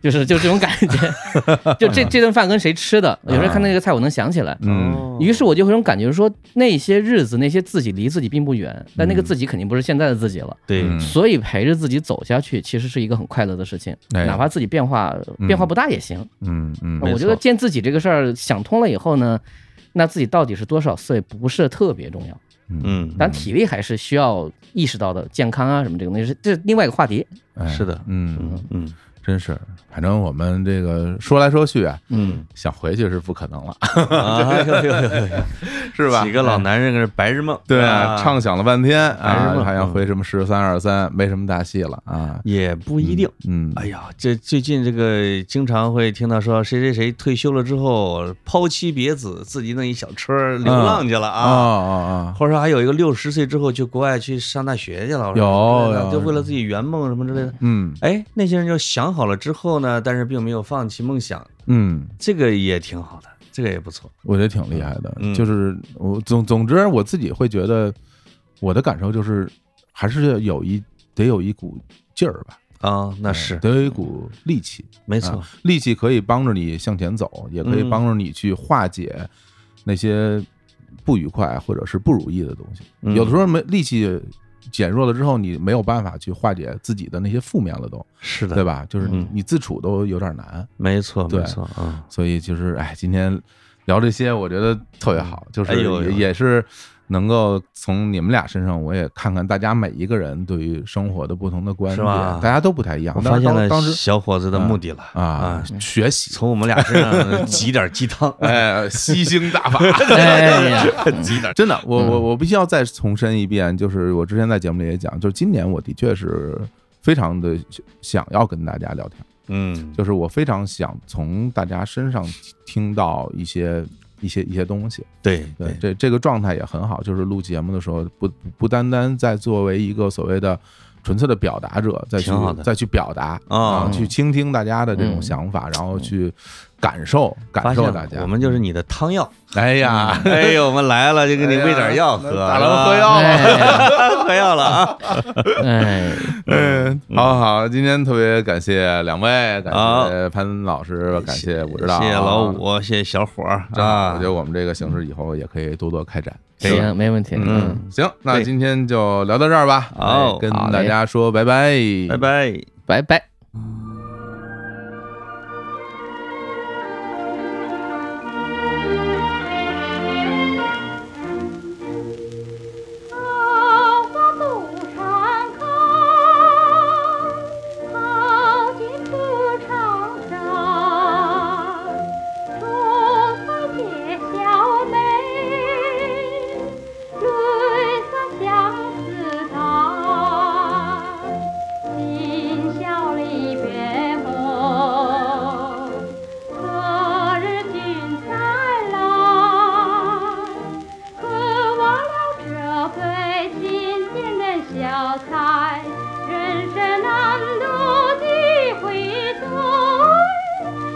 就是就这种感觉， 就这这顿饭跟谁吃的，有时候看那个菜我能想起来，哦嗯，于是我就会有种感觉说，那些日子那些自己离自己并不远，但那个自己肯定不是现在的自己了，对，嗯所以陪着自己走下去，其实是一个很快乐的事情，哎哪怕自己变化嗯变化不大也行。嗯嗯，没我错觉得见自己这个事儿想通了以后呢，那自己到底是多少岁不是特别重要，嗯，但体力还是需要意识到的，健康啊什么这个东西是这是另外一个话题。哎是的嗯，嗯真是，反正我们这个说来说去啊，嗯，想回去是不可能了，啊，呦呦呦呦是吧几？个老男人跟这白日梦， 对啊，畅想了半天还是啊，梦还想回什么十三二三，没什么大戏了啊。也不一定。嗯，哎呀，这最近这个经常会听到说谁谁谁退休了之后抛妻别子，自己弄一小车流浪去了啊啊，啊啊，或者说还有一个六十岁之后去国外去上大学去了，有或者什么之类的有就为了自己圆梦什么之类的。嗯哎，那些人就想好了之后呢，但是并没有放弃梦想，嗯，这个也挺好的，这个也不错。我觉得挺厉害的，嗯就是我总总之我自己会觉得，我的感受就是还是有一得有一股劲儿吧，啊，那是得有一股力气，没没错，力气可以帮着你向前走，也可以嗯帮助你去化解那些不愉快或者是不如意的东西。嗯有的时候没力气减弱了之后，你没有办法去化解自己的那些负面了，都是对的，吧？就是你嗯你自处都有点难。没错，对没错啊，所以就是哎，今天聊这些，我觉得特别好，就是哎也,、呦呦也是能够从你们俩身上，我也看看大家每一个人对于生活的不同的观是点，吧大家都不太一样我。但发是现当了当时小伙子的目的了啊啊，，学习，从我们俩身上 挤点鸡汤，哎，吸星大 法，哎呀，挤点，真的，我嗯我我必须要再重申一遍，就是我之前在节目里也讲，就是今年我的确是非常的想要跟大家聊天。嗯，就是我非常想从大家身上听到一些一些一些东西，对对，，这这个状态也很好，就是录节目的时候，不不单单在作为一个所谓的纯粹的表达者再去挺好的再去表达啊啊，去倾听大家的这种嗯想法，然后去感受感发现受了大家。我们就是你的汤药。哎呀， 哎呦，我们来了就给你哎呀喂点药喝，那大佬喝药哎，啊， 喝药了啊！哎，嗯，好好，今天特别感谢两位，感好谢潘老师，感谢武指导，谢谢老。五，谢谢小伙儿正好，我啊觉！得我们这个形式以后也可以多多开展。可以行，没问题，嗯。行，那对今天就聊到这儿吧。好哎跟好大嘞家说拜拜，拜拜。拜拜。好花不常开，好景不常在，春花结小梅，绿色相思带，今宵离别后，何日君再来？可忘了这份亲情的小菜，人生难度几回头，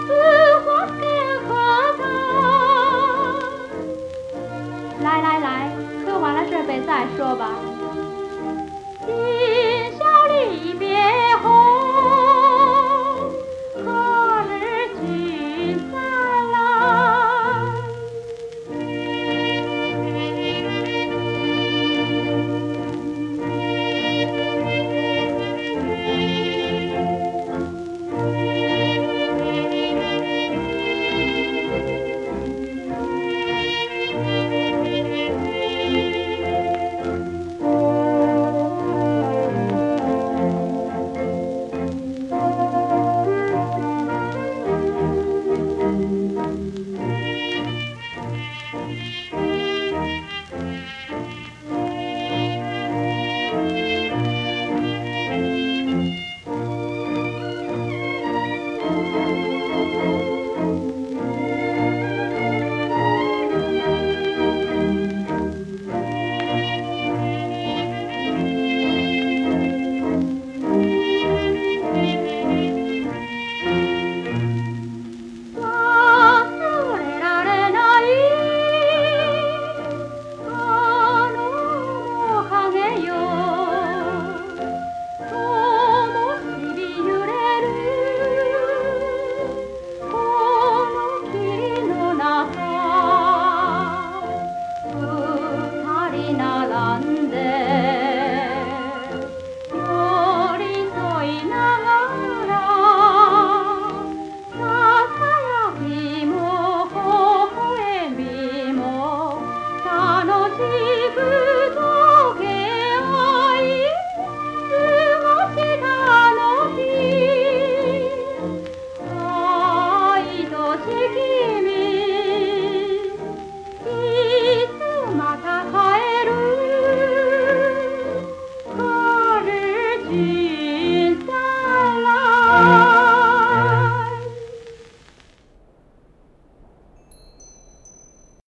似花更何待？来来来，喝完了这杯再说吧。